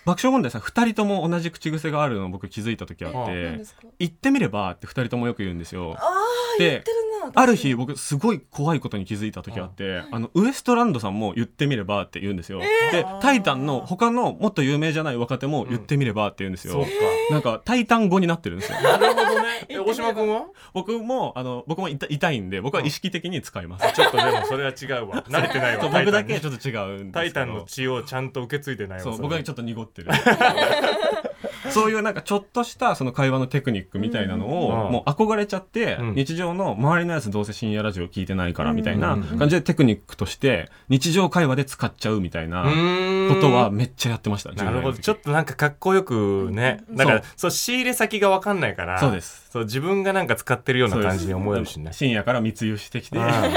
Speaker 2: 爆笑問題さん2人とも同じ口癖があるの僕気づいた時あっ
Speaker 1: う
Speaker 3: 何
Speaker 2: て
Speaker 3: ですか
Speaker 2: 「言ってみれば」って2人ともよく言うんですよ
Speaker 3: ああ
Speaker 2: で
Speaker 3: 言ってるな
Speaker 2: ある日僕すごい怖いことに気づいた時あってあのウエストランドさんも言ってみればって言うんですよ、で「タイタン」の他のもっと有名じゃない若手も言ってみればって言うんです
Speaker 1: そう
Speaker 2: よ、
Speaker 1: か
Speaker 2: なんか「タイタン語」になってるんですよ
Speaker 1: なるほどねえ大島君は
Speaker 2: 僕もあの僕も痛痛いんで僕は意識的に使います、
Speaker 1: ちょっとでもそれは違うわ慣れてないわ
Speaker 2: そう
Speaker 1: タイ
Speaker 2: 僕
Speaker 1: タ
Speaker 2: だ
Speaker 1: ンに
Speaker 2: けちょっと違うんですけど
Speaker 1: タイタンの血をちゃんと受け継いでないわ
Speaker 2: そう
Speaker 1: れ
Speaker 2: 僕だけちょっと濁ってるそういうなんかちょっとしたその会話のテクニックみたいなのを、
Speaker 1: うん
Speaker 2: もう憧れちゃって、
Speaker 1: うん
Speaker 2: 日常の周りのやつどうせ深夜ラジオ聞いてないからみたいな
Speaker 1: うんうんうん
Speaker 2: 感じでテクニックとして日常会話で使っちゃうみたいな
Speaker 1: こ
Speaker 2: ことはめっちゃやってました。
Speaker 1: なるほどちょ
Speaker 2: っ
Speaker 1: っとなんかかっこよくね
Speaker 3: うん
Speaker 1: だから
Speaker 2: そ
Speaker 1: そう仕入れ先が分かんないから
Speaker 2: そうです
Speaker 1: そう自分がなんか使ってるような感じに思えるしね
Speaker 2: 深夜から密輸してきて
Speaker 1: あ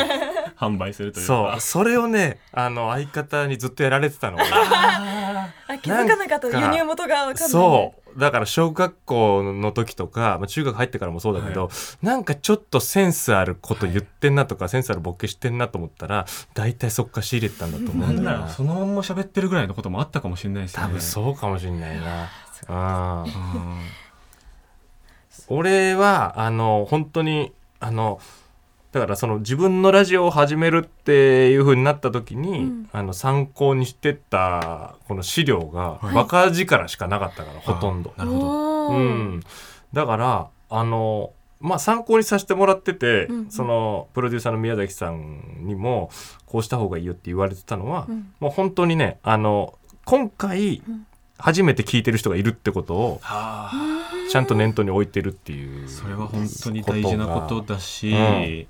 Speaker 2: 販売するという
Speaker 1: そ
Speaker 2: か
Speaker 1: うそれをねあの相方にずっとやられてたの俺
Speaker 3: あ気づかなかった
Speaker 1: なんか
Speaker 3: 輸入元が分かんない
Speaker 1: そうだから小学校の時とか、まあ、中学入ってからもそうだけど、なんかちょっとセンスあること言ってんなとか、センスあるボケしてんなと思ったら大体そっから仕入れてたんだと思う
Speaker 2: な
Speaker 1: ん
Speaker 2: ん
Speaker 1: だ
Speaker 2: な
Speaker 1: よ
Speaker 2: ら
Speaker 1: な
Speaker 2: そのまんま喋ってるぐらいのこともあったかもしれないですね
Speaker 1: 多分そうかもしれないな。あー
Speaker 2: うん
Speaker 1: 俺はあの本当にあのだからその自分のラジオを始めるっていう風になった時に、
Speaker 3: うん
Speaker 1: あの参考にしてったこの資料が
Speaker 2: はい
Speaker 1: バカ力しかなかったから、ほとんど
Speaker 2: あ。なるほど
Speaker 3: お
Speaker 1: う
Speaker 3: ー
Speaker 1: ん、だからあのまあ参考にさせてもらってて、
Speaker 3: うんうん
Speaker 1: そのプロデューサーの宮崎さんにもこうした方がいいよって言われてたのは、
Speaker 3: うん
Speaker 1: もう本当にねあの今回
Speaker 3: うん
Speaker 1: 初めて聞いてる人がいるってことをちゃんと念頭に置いてるっていう
Speaker 2: それは本当に大事なことだし、
Speaker 1: うん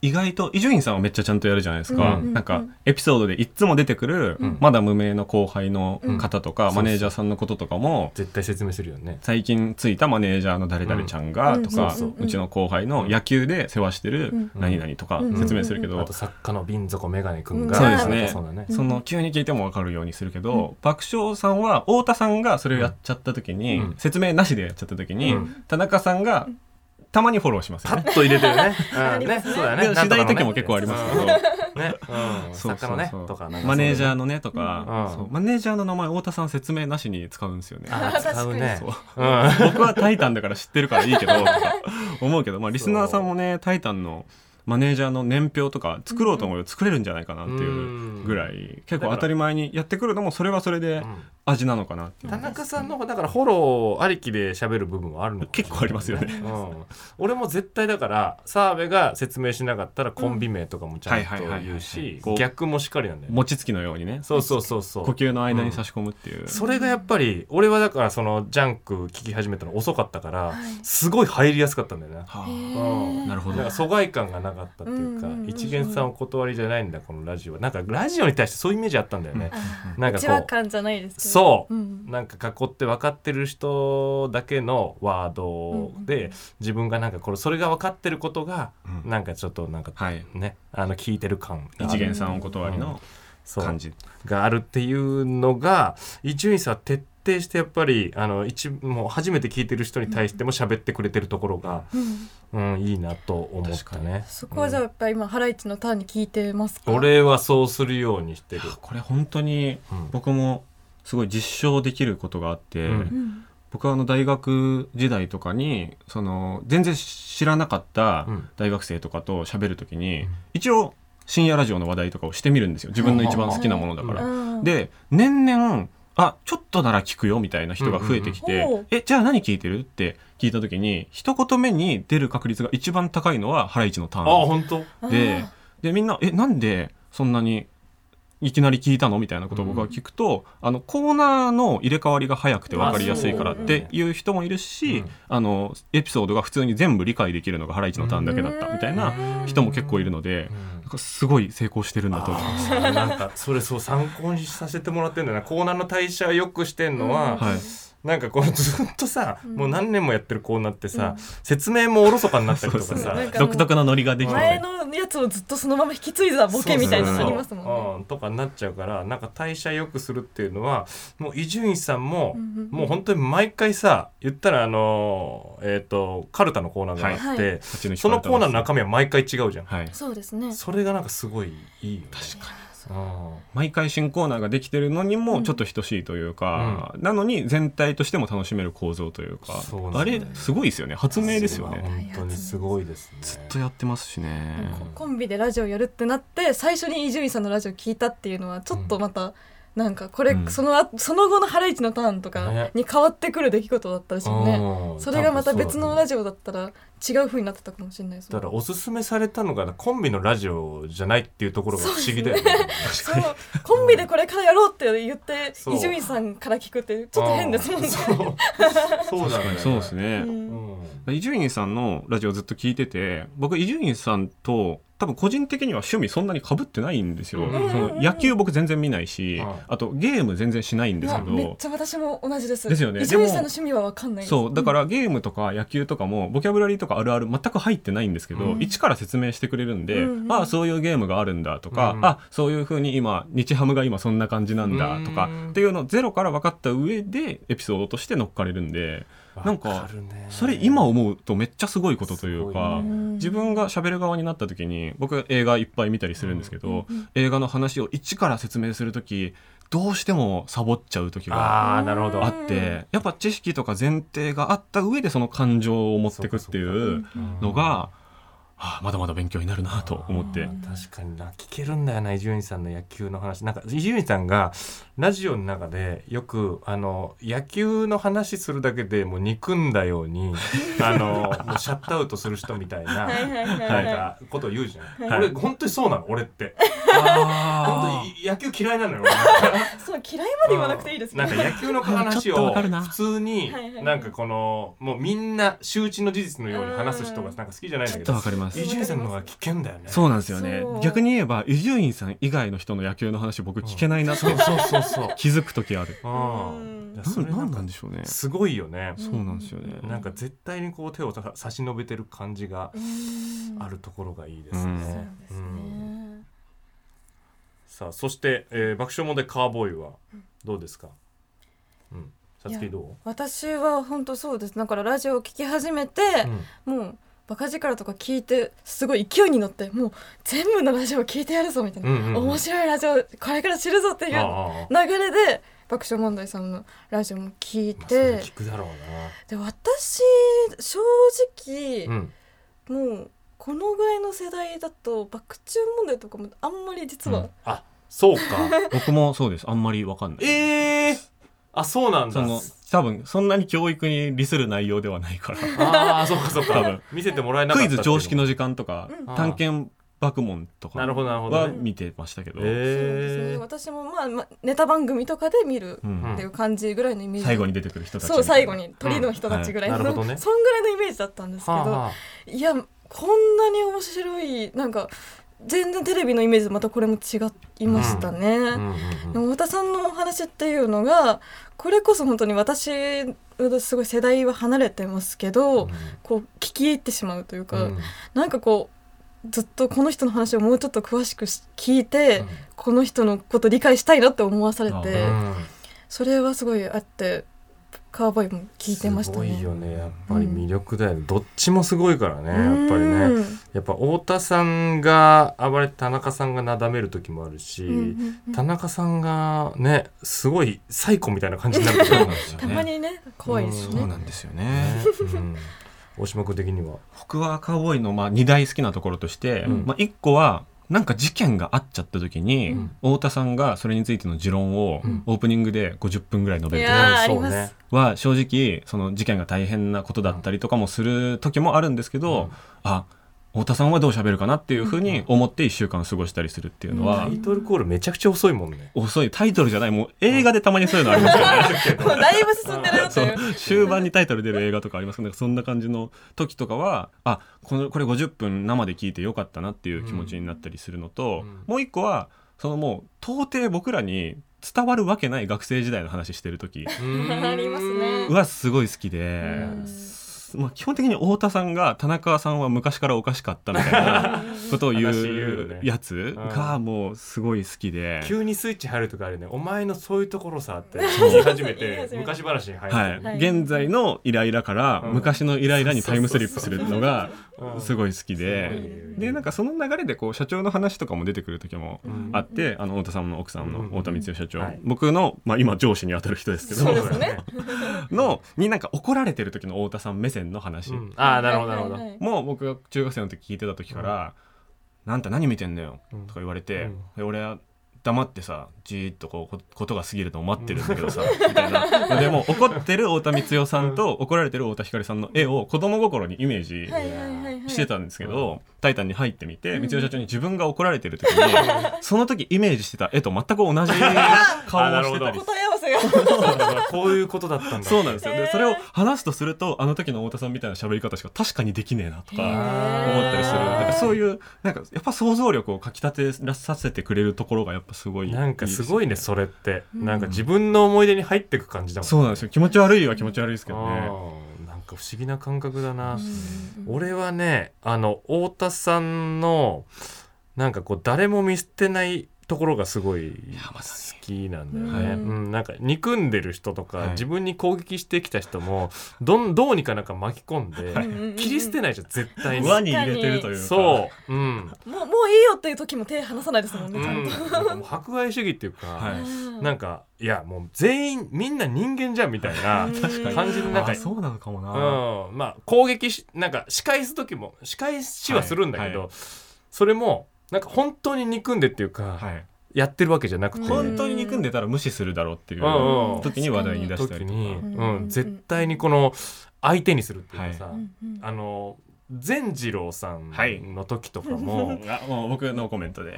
Speaker 2: 意外と伊集院さんはめっちゃちゃんとやるじゃないですか、
Speaker 1: うん
Speaker 2: なん
Speaker 3: う
Speaker 2: か
Speaker 3: ん
Speaker 2: エピソードでいっつも出てくる、
Speaker 1: うん
Speaker 2: まだ無名の後輩の方とか、
Speaker 1: うん
Speaker 2: マネージャーさんのこととかも
Speaker 1: 絶対説明するよね。
Speaker 2: 最近ついたマネージャーの誰々ちゃんが
Speaker 3: うん
Speaker 2: とか、
Speaker 1: うんうん
Speaker 2: う
Speaker 1: うん
Speaker 3: うん
Speaker 2: ちの後輩の野球で世話してる
Speaker 3: うん
Speaker 2: 何々とか
Speaker 3: うん
Speaker 2: 説明するけど、
Speaker 1: あと作家の瓶底メガネくんが
Speaker 3: うんそう
Speaker 2: ですね
Speaker 1: そうだね
Speaker 3: うん
Speaker 2: その急に聞いても分かるようにするけど、爆笑さんは太田さんがそれをやっちゃった時に、
Speaker 1: うん
Speaker 2: 説明なしでやっちゃった時に、
Speaker 1: うん
Speaker 2: 田中さんがたまにフォローしますよ
Speaker 1: パ
Speaker 2: ね。
Speaker 1: ッと入れてる ね。うん
Speaker 3: り
Speaker 1: ね
Speaker 3: ま
Speaker 1: そうだよ
Speaker 2: で
Speaker 1: ね。
Speaker 2: も次第的にも結構ありますけど、
Speaker 1: うんね、うん、
Speaker 2: そう
Speaker 1: 作家
Speaker 2: そう
Speaker 1: のね
Speaker 2: そう
Speaker 1: とかなんか
Speaker 2: マネージャー
Speaker 1: の
Speaker 2: のねとか、
Speaker 1: うん
Speaker 2: そうマネージャーの名前太田さん説明なしに使うんですよね。
Speaker 1: あー使うね
Speaker 2: そ。う
Speaker 1: うん
Speaker 2: 僕は「タイタン」だから知ってるからいいけどとか思うけど、まあ、リスナーさんもね「タイタン」のマネージャーの年表とか作ろうと思えば作れるんじゃないかなっていうぐらい結構当たり前にやってくるのもそれはそれで味なのかなっていう
Speaker 1: 田中さんの方だからフォローありきで喋る部分はあるのかもしれない
Speaker 2: 結構ありますよね
Speaker 1: うん、俺も絶対だから澤部が説明しなかったらコンビ名とかもちゃんと
Speaker 2: はいはいはいはい
Speaker 1: 言うし
Speaker 2: こう
Speaker 1: 逆もしっかりなんだよね
Speaker 2: 餅つきのようにね
Speaker 1: そうそうそうそ
Speaker 2: 呼
Speaker 1: う
Speaker 2: 吸の間に差し込むっていう、
Speaker 1: それがやっぱり俺はだからそのジャンク聞き始めたの遅かったから
Speaker 3: はい
Speaker 1: すごい入りやすかったんだよね
Speaker 2: は
Speaker 3: へ
Speaker 2: あ
Speaker 1: うん
Speaker 3: ー
Speaker 2: なるほ
Speaker 1: なん
Speaker 2: ど
Speaker 1: か疎外感がなかったっていうか、
Speaker 3: うんうんうん
Speaker 1: 一元さんお断りじゃないんだこのラジオはなんかラジオに対してそういうイメージあったんだよね、
Speaker 3: あ
Speaker 1: なんか
Speaker 3: 違和
Speaker 1: こ
Speaker 3: 感じゃないです
Speaker 1: う
Speaker 3: けど
Speaker 1: そう、
Speaker 3: うん
Speaker 1: なんか囲って分かってる人だけのワードで、自分がなんかこれそれが分かってることが
Speaker 2: うん
Speaker 1: なんかちょっとなんか
Speaker 2: はい
Speaker 1: ねあの聞いてる感がある
Speaker 2: 一元さんお断りの
Speaker 1: そう
Speaker 2: 感じ、
Speaker 1: があるっていうのが伊集院さんは徹底してやっぱりあの一もう初めて聞いてる人に対しても喋ってくれてるところが、
Speaker 3: うん
Speaker 1: うん、いいなと思ったね。
Speaker 3: そこはじゃあやっぱり今ハライチのターンに聞いてますか
Speaker 1: 俺はそうするようにしてる。
Speaker 2: これ本当に
Speaker 1: うん
Speaker 2: 僕もすごい実証できることがあって、
Speaker 1: うん
Speaker 3: うん
Speaker 2: 僕はあの大学時代とかにその全然知らなかった
Speaker 1: うん
Speaker 2: 大学生とかと喋るときに、
Speaker 1: うん
Speaker 2: 一応深夜ラジオの話題とかをしてみるんですよ自分の一番好きなものだから。
Speaker 3: うん
Speaker 2: で年々あちょっとなら聞くよみたいな人が増えてき
Speaker 3: うんう
Speaker 2: て、
Speaker 3: んうんおう
Speaker 2: えじゃあ何聞いてるって聞いた時に一言目に出る確率が一番高いのはハライチのタ
Speaker 1: あ
Speaker 2: ー
Speaker 1: 本当。
Speaker 3: あー
Speaker 2: ンででみんなえなんでそんなにいきなり聞いたのみたいなことを僕は聞くと、あのコーナーの入れ替わりが早くて分かりやすいからっていう人もいる
Speaker 1: まあ
Speaker 2: し、
Speaker 1: そううん
Speaker 2: あのエピソードが普通に全部理解できるのがハライチのターンだけだったみたいな人も結構いるので、なんかすごい成功してるんだと思います。
Speaker 1: あなんかそれそう参考にさせてもらってんだよなコーナーの代謝よくしてんのは、
Speaker 3: うん
Speaker 2: はい
Speaker 1: なんかこのずっとさ、
Speaker 3: うん
Speaker 1: もう何年もやってるコーナーってさ、
Speaker 3: うん
Speaker 1: 説明もおろそかになったりとか
Speaker 2: そうそう
Speaker 1: さ
Speaker 3: なんかもう
Speaker 2: 独特なノリができて
Speaker 3: 前のやつをずっとそのまま引き継いだボケみたいなのありますもんね
Speaker 1: うん、とかになっちゃうからなんか代謝よくするっていうのはもう伊集院さんも、
Speaker 3: うんうんうん
Speaker 1: もう本当に毎回さ言ったらあのえっ、とカルタのコーナーがあって、
Speaker 3: はいは
Speaker 1: そのコーナーの中身は毎回違うじゃん、
Speaker 2: はい、
Speaker 3: そうですね
Speaker 1: それがなんかすごいいいよね
Speaker 2: 確かに
Speaker 1: うん
Speaker 2: 毎回新コーナーができてるのにもちょっと等しいというか、なのに全体としても楽しめる構造というか
Speaker 1: そうなんだ
Speaker 2: あ
Speaker 1: よ
Speaker 2: れすごいですよね発明ですよ
Speaker 1: それは
Speaker 2: ね
Speaker 1: 本当にすごいですね
Speaker 2: ずっとやってますしね
Speaker 3: コンビでラジオやるってなって最初に伊集院さんのラジオ聞いたっていうのはちょっとまたなんかこれ、
Speaker 2: うん
Speaker 3: そのあその後の「ハライチのターン」とか
Speaker 1: ね
Speaker 3: に変わってくる出来事だったでしょうね
Speaker 1: うん
Speaker 3: それがまた
Speaker 1: 多分そう
Speaker 3: 別
Speaker 1: だ
Speaker 3: の
Speaker 1: と思う
Speaker 3: ラジオだったら違う風になってたかもしれないです
Speaker 1: だ
Speaker 3: ね
Speaker 1: からおすすめされたのがコンビのラジオじゃないっていうところが不思議だよね。
Speaker 3: そうコンビでこれからやろうって言って
Speaker 1: そう
Speaker 3: 伊集院さんから聞くってちょっと変ですもんね。
Speaker 1: そうそうなのよね。
Speaker 2: そうですね。
Speaker 3: うん
Speaker 2: 伊集院さんのラジオずっと聞いてて僕伊集院さんと多分個人的には趣味そんなに被ってないんですよ、
Speaker 1: うん
Speaker 2: その野球僕全然見ないし、
Speaker 1: うん
Speaker 2: あとゲーム全然しないん
Speaker 3: い
Speaker 2: です
Speaker 3: や
Speaker 2: けど、
Speaker 3: めっちゃ私も同じです。
Speaker 2: ですよね
Speaker 3: 伊集院さんの
Speaker 2: でも
Speaker 3: 趣味はわかんないです。
Speaker 2: そうだからゲームとか野球とかもボキャブラリーとかあるある全く入ってないんですけど、
Speaker 1: うん
Speaker 2: 一から説明してくれるんで、
Speaker 3: うんうん
Speaker 2: ああそういうゲームがあるんだとか、
Speaker 1: うん
Speaker 2: あそういうふうに今日ハムが今そんな感じなんだとか、
Speaker 1: うん
Speaker 2: っていうのをゼロから分かった上でエピソードとして乗っかれるんでなんか
Speaker 1: わるね
Speaker 2: それ今思うとめっちゃすごいことというか。
Speaker 1: すごいね
Speaker 3: ん
Speaker 2: 自分が喋る側になった時に僕映画いっぱい見たりするんですけど、
Speaker 3: うんうん
Speaker 2: 映画の話を一から説明する時どうしてもサボっちゃう時が
Speaker 1: ああなるほど。
Speaker 2: あってやっぱ知識とか前提があった上でその感情を持ってくっていうのが、はあ、まだまだ勉強になるなと思って
Speaker 1: あー確かにな聞けるんだよな伊集院さんの野球の話なんか伊集院さんがラジオの中でよくあの野球の話するだけでもう憎んだよう にあのもうシャットアウトする人みたいな
Speaker 3: はいはいはい
Speaker 1: な
Speaker 3: はい
Speaker 1: んかことを言うじゃん、
Speaker 2: はい
Speaker 1: 俺本当にそうなの俺って
Speaker 2: あ
Speaker 1: 本当に野球嫌いなのよ俺
Speaker 3: そう嫌いまで言わなくていいですけ
Speaker 1: な
Speaker 3: ど
Speaker 1: んか野球の
Speaker 2: ち
Speaker 1: 話
Speaker 2: ょっと
Speaker 1: を
Speaker 2: わかるな
Speaker 1: 普通に
Speaker 3: はいはい
Speaker 1: なんかこのもうみんな周知の事実のように話す人がなんか好きじゃないんだ
Speaker 2: ちょ
Speaker 1: け
Speaker 2: っと
Speaker 1: ど
Speaker 2: わかります
Speaker 1: 伊集院さんの方が聞けんだよね
Speaker 2: そうなんですよね
Speaker 3: そう
Speaker 2: 逆に言えば伊集院さん以外の人の野球の話僕聞けないなと
Speaker 1: そうそうそうそう
Speaker 2: 気づく時ある
Speaker 1: うん
Speaker 3: うん
Speaker 1: いやそ
Speaker 2: な
Speaker 1: れ
Speaker 2: んなん
Speaker 1: か
Speaker 2: なんでしょうね
Speaker 1: すごいよね、
Speaker 2: そうなんですよね
Speaker 1: なんか絶対にこう手をさ差し伸べてる感じが
Speaker 3: うん
Speaker 1: あるところがいいですね。
Speaker 2: う
Speaker 3: そう
Speaker 2: ん
Speaker 3: ですね
Speaker 1: うんさあそして、えー爆笑問題カーボーイはどうですか、うん、さつきど
Speaker 3: 私は本当そうですだからラジオを聞き始めて、
Speaker 1: う、うん
Speaker 3: もうバカ力とか聞いてすごい勢いに乗ってもう全部のラジオを聞いてやるぞみたいな、
Speaker 1: うんうんうん
Speaker 3: 面白いラジオこれから知るぞっていう流
Speaker 1: ああああ
Speaker 3: れで爆笑問題さんのラジオも聞い
Speaker 1: まあそれ
Speaker 3: て
Speaker 1: 聞くだろう
Speaker 3: で私正直、
Speaker 1: な。うん、
Speaker 3: もうこのぐらいの世代だと爆注問題とかもあんまり実は、
Speaker 2: うん
Speaker 1: あそうか。
Speaker 2: 僕もそうですあんまりわかんない
Speaker 1: ええー、あそうなん
Speaker 2: そ
Speaker 1: だ。
Speaker 2: の多分そんなに教育に利する内容ではないから
Speaker 1: ああそうかそう
Speaker 2: 多
Speaker 1: か
Speaker 2: 分。
Speaker 1: 見せてもらえなかっ
Speaker 2: ク
Speaker 1: たって
Speaker 2: イ
Speaker 1: いう
Speaker 2: ズ常識の時間とか
Speaker 3: うん
Speaker 2: 探検爆問と
Speaker 1: なる
Speaker 2: か
Speaker 1: ほどなるほど
Speaker 2: は
Speaker 1: ね、
Speaker 2: 見てましたけど、
Speaker 3: そうです
Speaker 1: え
Speaker 3: ね
Speaker 1: ー、
Speaker 3: 私も、まあ、まあネタ番組とかで見る
Speaker 2: う
Speaker 1: うん
Speaker 2: ん
Speaker 3: っていう感じぐらいのイメージ、
Speaker 2: 最後に出てくる人たち
Speaker 3: そう最後に鳥の人たちぐらいの、
Speaker 1: うんはいなるほどね
Speaker 3: そんぐらいのイメージだったんですけど、
Speaker 1: はあはあ
Speaker 3: いやこんなに面白いなんか全然テレビのイメージとまたこれも違いましたね。
Speaker 1: うんうんうん
Speaker 3: でも太田さんのお話っていうのがこれこそ本当に私すごい世代は離れてますけど、こう聞き入ってしまうというか、
Speaker 1: うん
Speaker 3: なんかこうずっとこの人の話をもうちょっと詳しくし聞いて、この人のこと理解したいなって思わされ
Speaker 2: あ
Speaker 3: て、
Speaker 1: うん
Speaker 3: それはすごいあってカーボーイも聞いてましたね。
Speaker 1: すごいよねやっぱり魅力だよ、ねどっちもすごいからねやっぱり
Speaker 3: う
Speaker 1: ね
Speaker 3: ん
Speaker 1: やっぱ太田さんが暴れて田中さんがなだめる時もあるし、
Speaker 3: うんうんうん
Speaker 1: 田中さんがねすごいサイコみたいな感じになる時
Speaker 2: そう
Speaker 1: も
Speaker 2: なんですよ
Speaker 3: たま
Speaker 2: ね
Speaker 3: にね怖いです
Speaker 2: そう
Speaker 3: ね。
Speaker 2: なんですよ
Speaker 1: あ
Speaker 2: ね
Speaker 1: るしね、うん大島君的には、
Speaker 2: 僕はカウボーイのまあ2大好きなところとして、
Speaker 1: うん
Speaker 2: まあ、1個はなんか事件があっちゃった時に、
Speaker 1: うん
Speaker 2: 太田さんがそれについての持論を
Speaker 1: うん
Speaker 2: オープニングで50分ぐらい述べ
Speaker 3: い
Speaker 2: ると
Speaker 3: やーあ
Speaker 1: そ
Speaker 3: り
Speaker 1: う
Speaker 3: ま
Speaker 1: ね
Speaker 3: す。
Speaker 2: は正直その事件が大変なことだったりとかもする時もあるんですけ
Speaker 1: う
Speaker 2: ど、
Speaker 1: ん
Speaker 2: あ太田さんはどう喋るかなっていうふう
Speaker 1: う
Speaker 2: に
Speaker 1: ん
Speaker 2: 思って1週間過ごしたりするっていうの
Speaker 1: タ
Speaker 2: は、
Speaker 1: イトルコールめちゃくちゃ遅いもんね。
Speaker 2: 遅いタイトルじゃないもう映画でたまにそういうのありますよね。
Speaker 3: もうだいぶ進んでるなと
Speaker 2: そ
Speaker 3: いう
Speaker 2: 終盤にタイトル出る映画とかあり ますけどそんな感じの時とかはあこのこれ50分生で聞いてよかったなっていう気持ちになったりするのと、
Speaker 1: うん
Speaker 2: もう一個はそのもう到底僕らに伝わるわけない学生時代の話してる時
Speaker 1: うー ん
Speaker 3: ありますね
Speaker 2: はすごい好きで
Speaker 1: うん、
Speaker 2: まあ、基本的に太田さんが田中さんは昔からおかしかったみた いなことを言
Speaker 1: 話言うよね
Speaker 2: うやつがもうすごい好きで。
Speaker 1: 急にスイッチ入るとかあるよね。お前のそういうところさ って言い始め
Speaker 3: 言い
Speaker 1: て
Speaker 3: 始めて
Speaker 1: 昔話に入る、
Speaker 2: はい
Speaker 3: はい
Speaker 2: 現在のイライラから
Speaker 1: うん
Speaker 2: 昔のイライラにタイムスリップするのが
Speaker 1: うん
Speaker 2: すごい好きで、でなんかその流れでこう社長の話とかも出てくる時も
Speaker 1: うん
Speaker 2: あって、あの太田さんの奥さんの
Speaker 1: うん
Speaker 2: 太田光代社長、
Speaker 1: はい
Speaker 2: 僕の、まあ、今上司にあたる人ですけ
Speaker 3: そうで
Speaker 2: ど
Speaker 3: すね。
Speaker 2: のになんか怒られてる時の太田さん目線の話、
Speaker 1: うんああなるほどなるほど。
Speaker 3: はいはいはい
Speaker 2: もう僕が中学生の時聞いてた時から「あんた何見てんだよ」とか言われて
Speaker 1: うん
Speaker 2: 「で俺は黙ってさじーっとこうこことが過ぎるのを待ってるんだけどさ、みたいなでも怒ってる太田光代さんと怒られてる太田光さんの絵を子供心にイメージ
Speaker 3: はいはいはいはい
Speaker 2: してたんですけど、タイタンに入ってみて、
Speaker 3: ん
Speaker 2: 光代社長に自分が怒られてる時に、 その時イメージしてた絵と全く同じ顔をしてたり
Speaker 3: 答え合わせが
Speaker 1: こういうことだったんだ
Speaker 2: そうなんですよ、
Speaker 3: へ
Speaker 2: で
Speaker 3: ー
Speaker 2: それを話すとするとあの時の太田さんみたいな喋り方しか確かにできねえなと
Speaker 3: へ
Speaker 2: か
Speaker 3: ー
Speaker 2: 思ったりする
Speaker 1: へー
Speaker 2: なんかそういうなんかやっぱ想像力をかきたてらさせてくれるところがやっぱすごい
Speaker 1: なんかすごいねそれって、
Speaker 3: うん
Speaker 1: なんか自分の思い出に入ってく感じだもん
Speaker 2: そうなんですよ気持ち悪いは気持ち悪いですけどね
Speaker 1: あーなんか不思議な感覚だな、
Speaker 3: うん
Speaker 1: 俺はねあの太田さんのなんかこう誰も見捨てないところがすごい好きなんだよね、
Speaker 2: はい
Speaker 1: うん、なんか憎んでる人とか、
Speaker 2: はい
Speaker 1: 自分に攻撃してきた人もどんどうにかなんか巻き込んで、
Speaker 3: はい
Speaker 1: 切り捨てないじゃん絶対に。
Speaker 2: 輪に入れてるというか
Speaker 1: そう、うん、
Speaker 3: もうもういいよっていう時も手離さないですもん
Speaker 1: う
Speaker 3: ね、ちゃん
Speaker 1: ん、
Speaker 3: と
Speaker 1: なんかもう迫害主義っていうか、
Speaker 2: は
Speaker 3: う
Speaker 2: い
Speaker 3: ん
Speaker 1: なんかいやもう全員みんな人間じゃんみたいな
Speaker 3: うん
Speaker 1: 感じでなんか
Speaker 2: あそうなのかもな、
Speaker 1: うん、まあ攻撃しなんか仕返す時も仕返しはするんだけど、
Speaker 2: はい
Speaker 1: それもなんか本当に憎んでっていうか、
Speaker 2: はい、
Speaker 1: やってるわけじゃなくて
Speaker 3: うん
Speaker 2: 本当に憎んでたら無視するだろうっていう
Speaker 1: うんうん
Speaker 2: 時に話題に出した
Speaker 1: 時
Speaker 2: りと
Speaker 1: に、
Speaker 2: か
Speaker 1: う、
Speaker 3: うんん
Speaker 1: 絶対にこの相手にするっていうかさ、
Speaker 3: うんうん
Speaker 1: あの善次郎さん
Speaker 2: はい
Speaker 1: の時とかも、
Speaker 2: あもう僕のコメントで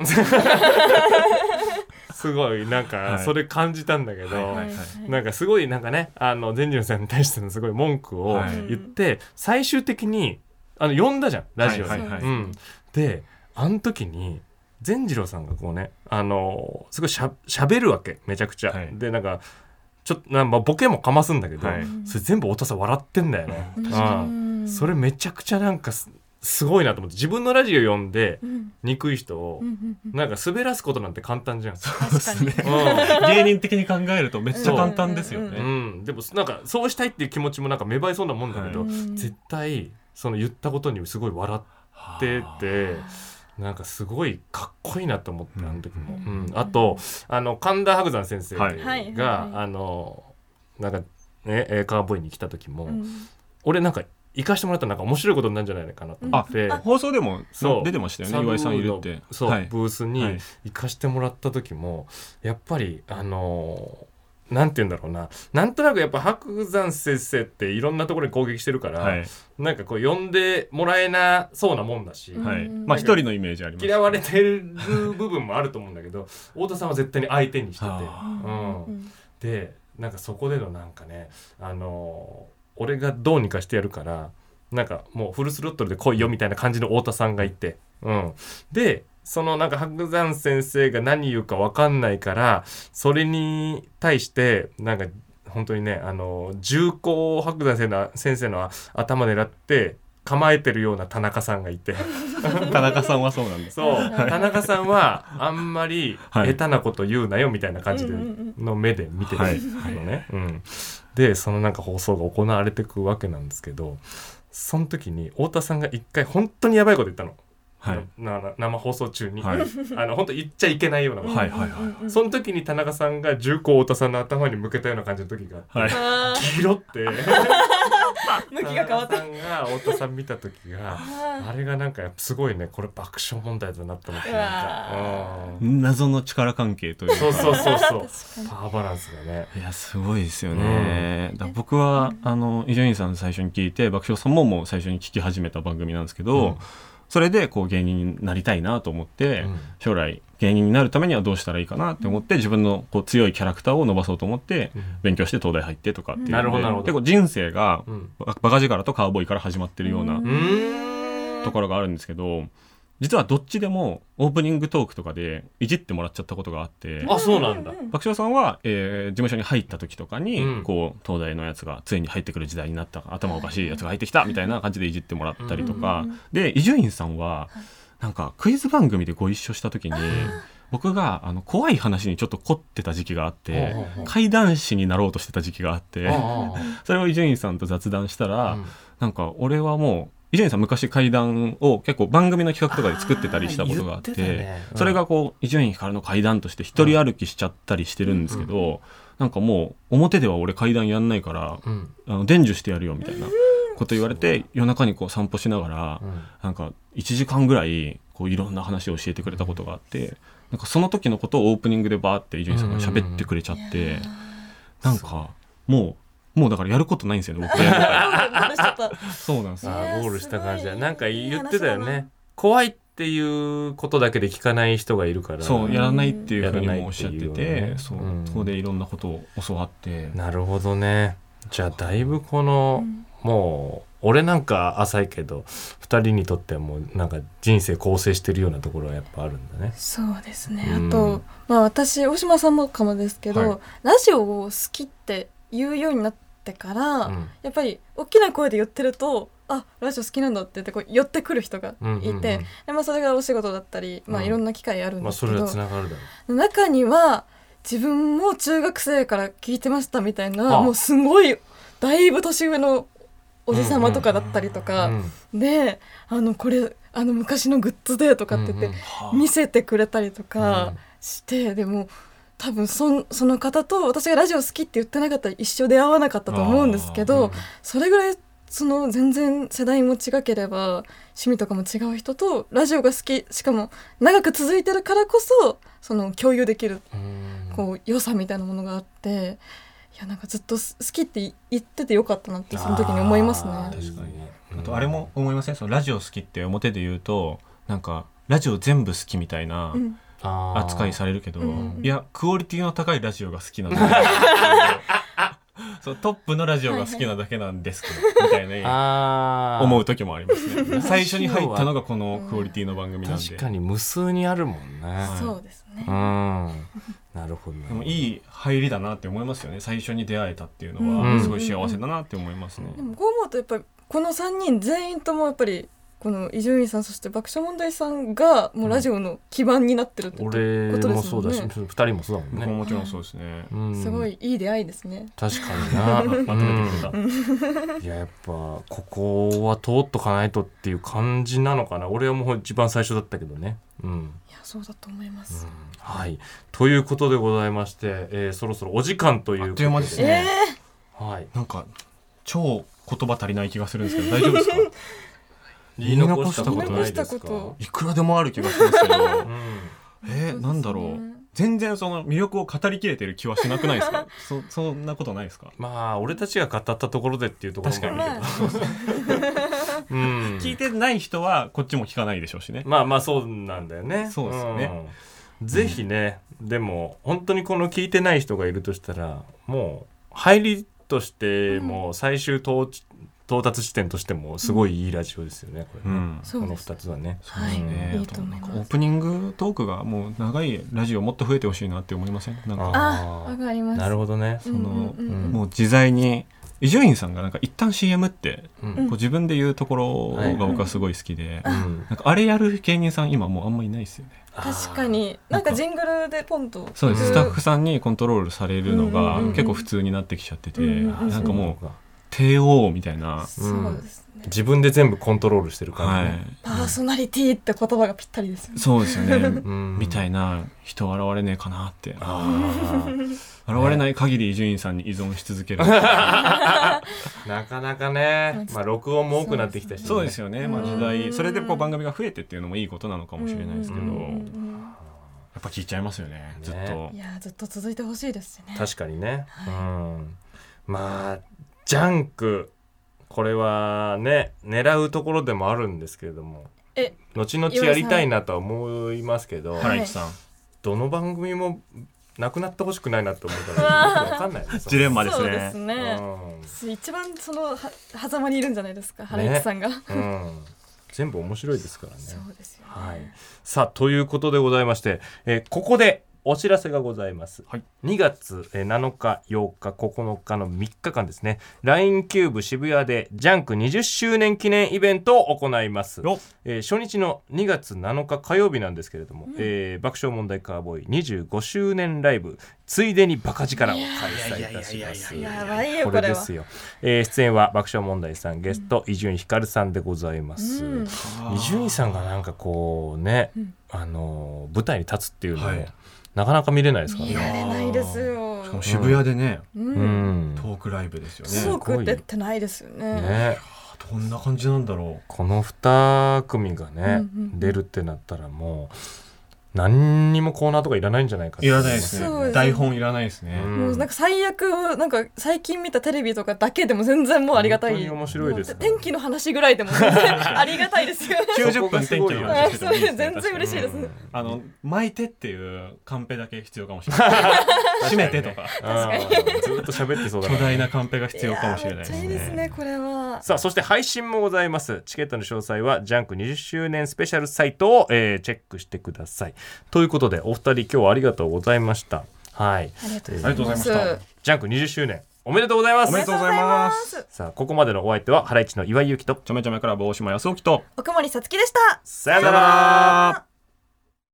Speaker 1: すごいなん
Speaker 2: は
Speaker 1: か
Speaker 2: い
Speaker 1: それ感じたんだけど。
Speaker 2: はいはい
Speaker 1: なんかすごいなんかねあの善次郎さんに対してのすごい文句を
Speaker 2: はい
Speaker 1: 言って、最終的にあの呼んだじゃんラジオに、
Speaker 2: はいはいはい
Speaker 1: うん、であの時に善次郎さんがこうねあのすごいしゃしゃべるわけめちゃくちゃ、
Speaker 2: はい
Speaker 1: でなんかちょっとなんかまあボケもかますんだけど、
Speaker 2: はい
Speaker 1: それ全部太田さん笑ってんだよね、
Speaker 3: うん
Speaker 1: うんそれめちゃくちゃなんかすすごいなと思って自分のラジオ呼んで
Speaker 3: うん
Speaker 1: 憎い人を
Speaker 3: うんうんうん
Speaker 1: なんか滑らすことなんて簡単じゃん、
Speaker 3: 確かに
Speaker 1: うん
Speaker 2: 芸人的に考えるとめっちゃ簡単ですよ
Speaker 3: うん
Speaker 1: う
Speaker 2: ね。
Speaker 1: ん、でもなんかそうしたいっていう気持ちもなんか芽生えそうなもんだけど、
Speaker 2: は
Speaker 3: うん
Speaker 1: 絶対その言ったことにすごい笑っててなんかすごいかっこいいなと思って
Speaker 2: うん
Speaker 1: あの時も、う
Speaker 3: うん
Speaker 1: んあとあの神田伯山先生が、
Speaker 2: はい
Speaker 3: はいはい
Speaker 1: あのなんか、ね、えーカーボーイに来た時も、
Speaker 3: うん
Speaker 1: 俺なんか行かしてもらったらなんか面白いことになるんじゃないかなと思って。
Speaker 2: あ放送でも
Speaker 1: そう
Speaker 2: 出てましたよ
Speaker 1: サ
Speaker 2: ね
Speaker 1: ブ
Speaker 2: 岩井さんいるって
Speaker 1: の。そう、
Speaker 2: はい
Speaker 1: ブース
Speaker 2: は
Speaker 1: に
Speaker 2: い
Speaker 1: 行かしてもらった時も、やっぱりあのーなんて言うんだろうななんとなくやっぱ白山先生っていろんなところに攻撃してるから、
Speaker 2: はい
Speaker 1: なんかこう呼んでもらえなそうなもんだし、
Speaker 3: うん
Speaker 2: はいまあ一人のイメージあります。
Speaker 1: 嫌われてる部分もあると思うんだけど太田さんは絶対に相手にしてて、
Speaker 2: は
Speaker 1: うん
Speaker 3: うん
Speaker 1: でなんかそこでのなんかねあのー俺がどうにかしてやるからなんかもうフルスロットルで来いよみたいな感じの太田さんがいて、うん、でそのなんか白山先生が何言うか分かんないからそれに対してなんか本当にねあのー銃口を白山先生の先生の頭狙って構えてるような田中さんがいて。
Speaker 2: 田中さんはそうなんです。
Speaker 1: そう、
Speaker 3: はい
Speaker 1: 田中さんはあんまり
Speaker 2: はい
Speaker 1: 下手なこと言うなよみたいな感じで
Speaker 3: うんうん
Speaker 1: の目で見てる
Speaker 2: はい
Speaker 1: のね。うんでそのなんか放送が行われてくわけなんですけどその時に太田さんが一回本当にやばいこと言ったの、
Speaker 2: はい
Speaker 1: なな生放送中に、
Speaker 2: はい
Speaker 1: あの本当言っちゃいけないようなこと、
Speaker 2: はいはいはい
Speaker 3: うん
Speaker 1: その時に田中さんが銃口を太田さんの頭に向けたような感じの時があって。
Speaker 2: はい。
Speaker 3: あ
Speaker 1: ギロって
Speaker 3: ー向きが変わった
Speaker 1: 田中さんが太田さん見た時があれがなんかやっぱすごいねこれ爆笑問題だなって思ってなんか、うん
Speaker 2: 謎の力関係というか。
Speaker 1: そうそうそうそう
Speaker 3: 確
Speaker 1: パワーバランスがね
Speaker 2: いやすごいですよね。だから僕はあの伊集院さん最初に聞いて爆笑さんももう最初に聞き始めた番組なんですけど、
Speaker 1: うん
Speaker 2: それでこう芸人になりたいなと思って、
Speaker 1: うん
Speaker 2: 将来芸人になるためにはどうしたらいいかなって思って自分のこう強いキャラクターを伸ばそうと思って
Speaker 1: うん
Speaker 2: 勉強して東大入ってとかっていう
Speaker 3: う
Speaker 2: ので、
Speaker 3: んな
Speaker 1: るほどなるほど
Speaker 2: 結構人生が
Speaker 1: うん
Speaker 2: ババカ力とカウボーイから始まってるような
Speaker 1: うーん
Speaker 2: ところがあるんですけど実はどっちでもオープニングトークとかでいじってもらっちゃったことがあって。
Speaker 1: あそうなんだ
Speaker 2: 爆笑さんは、えー事務所に入った時とかに、
Speaker 1: うん
Speaker 2: こう東大のやつがついに入ってくる時代になった頭おかしいやつが入ってきたみたいな感じでいじってもらったりとか、
Speaker 3: うん
Speaker 2: で伊集院さんはなんかクイズ番組でご一緒した時に僕があの怖い話にちょっと凝ってた時期があっ
Speaker 1: ほう
Speaker 2: て
Speaker 1: ほうほう
Speaker 2: 怪談師になろうとしてた時期があって
Speaker 1: ああ
Speaker 2: それを伊集院さんと雑談した
Speaker 1: ああ
Speaker 2: ら、
Speaker 1: うん
Speaker 2: なんか俺はもう伊集院さん昔怪談を結構番組の企画とかで作ってたりしたことがあって
Speaker 1: あー言ってたねうん
Speaker 2: それがこう伊集院からの怪談として一人歩きしちゃったりしてるんですけど、なんかもう表では俺怪談やんないから
Speaker 1: うん
Speaker 2: あの伝授してやるよみたいなこと言われて夜中にこう散歩しながら
Speaker 1: うん
Speaker 2: なんか1時間ぐらいこういろんな話を教えてくれたことがあってなんかその時のことをオープニングでバーって伊集院さんが喋ってくれちゃって、
Speaker 3: いやー
Speaker 2: なんかもうもうだからやることないんですよね 僕やるから
Speaker 3: あー戻しちゃった
Speaker 2: そうなんですよ
Speaker 3: ね
Speaker 1: あー
Speaker 3: え
Speaker 1: ゴールした感じだ
Speaker 3: すごい
Speaker 1: なんか言ってたよ
Speaker 3: いい話だ
Speaker 1: ね
Speaker 3: な
Speaker 1: 怖いっていうことだけで聞かない人がいるから
Speaker 2: そうやらないっていうふうに
Speaker 1: やらない
Speaker 2: もおっしゃってて
Speaker 1: っていうよね
Speaker 2: そう
Speaker 1: うん
Speaker 2: そこでいろんなことを教わって
Speaker 1: なるほどねじゃあだいぶこの、
Speaker 3: うん
Speaker 1: もう俺なんか浅いけど二人にとってはもうなんか人生構成してるようなところはやっぱあるんだね
Speaker 3: そうですね
Speaker 1: うん
Speaker 3: あと、まあ、私大島さんもかもですけど、
Speaker 1: はい
Speaker 3: ラジオを好きって言うようになってから、
Speaker 1: うん
Speaker 3: やっぱり大きな声で言ってるとあラジオ好きなんだって言ってこう寄ってくる人がいて、
Speaker 1: うんうんうん
Speaker 3: でまあ、それがお仕事だったり、まあ、
Speaker 1: うん
Speaker 3: いろんな機会あるんで
Speaker 1: まあ
Speaker 3: す
Speaker 1: そ
Speaker 3: け
Speaker 1: れ
Speaker 3: ど、
Speaker 1: はつながるだろ
Speaker 3: 中には自分も中学生から聞いてましたみたいな
Speaker 1: あ
Speaker 3: もうすごいだいぶ年上のおじ様とかだったりとか、
Speaker 1: う、うん
Speaker 3: であのこれあの昔のグッズでとかって言って、
Speaker 1: うんうん
Speaker 3: 見せてくれたりと
Speaker 1: う
Speaker 3: か
Speaker 1: ん
Speaker 3: して、でも多分そんその方と私がラジオ好きって言ってなかったら一生出会わなかったと思うんですけど、
Speaker 1: うん
Speaker 3: それぐらいその全然世代も違ければ趣味とかも違う人とラジオが好きしかも長く続いてるからこそその共有できる
Speaker 1: うん
Speaker 3: こう良さみたいなものがあって。いやなんかずっと好きって言っててよかったなってその時に思いますね。
Speaker 1: あー
Speaker 2: 確かに
Speaker 1: うん
Speaker 2: あとあれも思いませんそのラジオ好きって表で言うとなんかラジオ全部好きみたいな
Speaker 3: うん
Speaker 1: あー
Speaker 2: 扱いされるけど、
Speaker 3: うん
Speaker 2: いやクオリティの高いラジオが好きなんだそうトップのラジオが好きなだけなんですけどみたいな
Speaker 1: あー
Speaker 2: 思う時もありますね最初に入ったのがこ
Speaker 3: う
Speaker 2: の
Speaker 3: ん
Speaker 2: クオリティの番組なんで
Speaker 1: 確かに無数にあるもんね
Speaker 2: はい
Speaker 3: そうですね。
Speaker 1: うんなるほど
Speaker 2: でも
Speaker 1: い
Speaker 2: いい入りだなって思いますよね最初に出会えたっていうの
Speaker 1: う
Speaker 2: は
Speaker 1: ん
Speaker 2: すごい幸せだなって思いますね、
Speaker 3: でもこう思うとやっぱりこの3人全員ともやっぱりこの伊集院さんそして爆笑問題さんがもうラジオの基盤になってるってこと
Speaker 1: 俺
Speaker 3: ですもんね。
Speaker 1: もそうだし二人もそうだもん
Speaker 2: 僕も
Speaker 1: ね
Speaker 2: もちろんそうですね、
Speaker 1: うん
Speaker 3: すごいいい出会いですね。
Speaker 1: 確かにな
Speaker 2: まとめてくれた、
Speaker 1: いややっぱここは通っとかないとっていう感じなのかな俺はもう一番最初だったけどねうん
Speaker 3: いやそうだと思います。
Speaker 1: はいということでございまして、えーそろそろお時間ということ
Speaker 2: あっという間です
Speaker 3: え
Speaker 2: ね
Speaker 3: え
Speaker 1: はい
Speaker 2: なんか超言葉足りない気がするんですけど大丈夫ですか
Speaker 1: 言い残したこと
Speaker 3: 言い
Speaker 1: な
Speaker 3: 残
Speaker 1: い
Speaker 3: し
Speaker 1: で
Speaker 3: た
Speaker 1: す
Speaker 3: こ
Speaker 1: か
Speaker 3: と
Speaker 2: いくらでもある気がしますけど
Speaker 1: うん
Speaker 2: えー
Speaker 3: そうですね
Speaker 2: なんだろう全然その魅力を語りきれてる気はしなくないですかそそんなことないですか
Speaker 1: まあ俺たちが語ったところでっていうところもある
Speaker 3: ー
Speaker 1: けど
Speaker 3: まあ
Speaker 1: うん
Speaker 2: 聞いてない人はこっちも聞かないでしょうしね
Speaker 1: まあまあそうなんだよね。
Speaker 2: そうですよね
Speaker 1: うんぜひね、でも本当にこの聞いてない人がいるとしたらもう入りとしても最終到,、到達地点としてもすごいいいラジオですよねこれね、
Speaker 3: そう
Speaker 1: この
Speaker 3: で
Speaker 1: 2
Speaker 3: す。
Speaker 1: つはね。
Speaker 2: そうですね
Speaker 3: はいい
Speaker 2: あ
Speaker 3: いと
Speaker 2: と
Speaker 3: 思
Speaker 2: ないん
Speaker 3: ま
Speaker 2: か
Speaker 3: す
Speaker 2: オープニングトークがもう長いラジオもっと増えてほしいなって思いませんなんか
Speaker 3: あわかります。
Speaker 1: なるほどね。
Speaker 3: うんうんうんうん
Speaker 2: もう自在に伊集院さんがなんか一旦 CM って
Speaker 1: うん
Speaker 2: こう自分で言うところが僕はすごい好きで、
Speaker 1: う
Speaker 2: なん
Speaker 1: ん
Speaker 2: かあれやる芸人さん今もうあんまいないですよね
Speaker 3: 確かになんかジングルでポンと。
Speaker 2: そうです、
Speaker 1: うん
Speaker 2: スタッフさんにコントロールされるのが
Speaker 1: うん
Speaker 2: 結構普通になってきちゃってて、
Speaker 3: うん
Speaker 1: あー
Speaker 2: なんかも
Speaker 1: そううか
Speaker 2: 帝王みたいな、
Speaker 3: そうですね。
Speaker 1: 自分で全部コントロールしてる感
Speaker 2: は
Speaker 1: じね。
Speaker 2: い、
Speaker 3: パーソナリティって言葉がぴったりですよね。
Speaker 2: そうですよ ね
Speaker 1: うん
Speaker 2: みたいな人現れねえかなって現
Speaker 1: あー
Speaker 2: れない限り伊集院さんに依存し続ける
Speaker 1: なかなかね、まあ、録音も多くなってきたし、ね、
Speaker 2: そうですよね、まあ、時
Speaker 3: うん
Speaker 2: 代それでこう番組が増えてっていうのもいいことなのかもしれないですけど、
Speaker 3: うん
Speaker 2: や
Speaker 3: うんうん
Speaker 2: っぱ聞いちゃいますよねずっと、
Speaker 3: うんいやずっと続いてほしいですよね。
Speaker 1: 確かにね、うんまあジャンクこれはね狙うところでもあるんですけれども
Speaker 3: え
Speaker 1: 後々やりたいなとは思いますけど、
Speaker 2: 原市さん、
Speaker 1: どの番組もなくなってほしくないなって思うからよくわかんないです
Speaker 2: ジレンマ
Speaker 3: そう
Speaker 2: で
Speaker 3: ですす
Speaker 2: ね
Speaker 3: ね。一番そのは狭間にいるんじゃないですか原市さんが、
Speaker 1: うんうん全部面白いですからね。
Speaker 3: そうですよね、
Speaker 1: はい、さあということでございまして、えーここでお知らせがございます、
Speaker 2: はい
Speaker 1: 2月えー7日8日9日の3日間ですね LINE キューブ渋谷でジャンク20周年記念イベントを行います
Speaker 2: よっ
Speaker 1: えー初日の2月7日火曜日なんですけれども、えー爆笑問題カーボーイ25周年ライブついでにバカ力を開催いたします
Speaker 3: やばいよ
Speaker 1: こ
Speaker 3: こ
Speaker 1: れ
Speaker 3: れは
Speaker 1: ですよ、えー出演は爆笑問題さんゲスト伊集院光さんでございます、
Speaker 3: うん
Speaker 1: 伊集院さんがなんかこうね、
Speaker 3: うん
Speaker 1: あのー舞台に立つっていうのも、
Speaker 2: はい
Speaker 1: なかなか見れないですから
Speaker 3: 見
Speaker 1: ね。
Speaker 3: られないですよ
Speaker 2: しかも渋谷でね、
Speaker 3: う、
Speaker 1: うんん、
Speaker 2: トークライブですよ
Speaker 3: すご
Speaker 2: ね
Speaker 1: ごい
Speaker 3: く出てないですよね
Speaker 1: ね
Speaker 2: どんな感じなんだろ
Speaker 1: この2組がね、
Speaker 3: うんうん
Speaker 1: 出るってなったらもう何にもコーナーとかいらないんじゃないかって
Speaker 2: いらないで
Speaker 3: そ
Speaker 2: す
Speaker 3: うです
Speaker 2: ね。
Speaker 3: ね
Speaker 2: 台本いらないですね。
Speaker 1: うん
Speaker 3: もうなんか最悪なんか最近見たテレビとかだけでも全然もうありがたい
Speaker 1: 本当に面白いですね
Speaker 3: もう天気の話ぐらいでも全然 ありがたいですよ
Speaker 1: そこ
Speaker 2: 90
Speaker 1: が
Speaker 2: 分
Speaker 1: す
Speaker 2: 天
Speaker 1: ごい
Speaker 2: 気
Speaker 1: よ
Speaker 2: の
Speaker 1: ね
Speaker 2: 話してもいいです
Speaker 3: 全
Speaker 2: ね。
Speaker 3: 然嬉しいです
Speaker 1: うん
Speaker 3: ね
Speaker 2: あの巻いてっていうカンペだけ必要かもしれ ない。締めてとか。
Speaker 1: あーずっと喋ってそうだ
Speaker 2: 巨
Speaker 1: な
Speaker 2: 大なカンペが必要かもしれ
Speaker 3: い
Speaker 2: な
Speaker 3: やー
Speaker 2: い
Speaker 3: めっちゃいいですねこれは
Speaker 1: さあそして配信もございますチケットの詳細はジャンク20周年スペシャルサイトを、えーチェックしてくださいということでお二人今日はありがとうございましたはい
Speaker 3: ありがとう
Speaker 2: ありがとうございました。
Speaker 1: ジャンク20周年おめでとうございます
Speaker 2: おめでとうございます。
Speaker 1: さあここまでのお相手はハライチの岩井ゆきと
Speaker 2: ちょめちょめクラブ大島康沖と。
Speaker 3: 奥森さつきでした
Speaker 1: さよ
Speaker 2: さよなら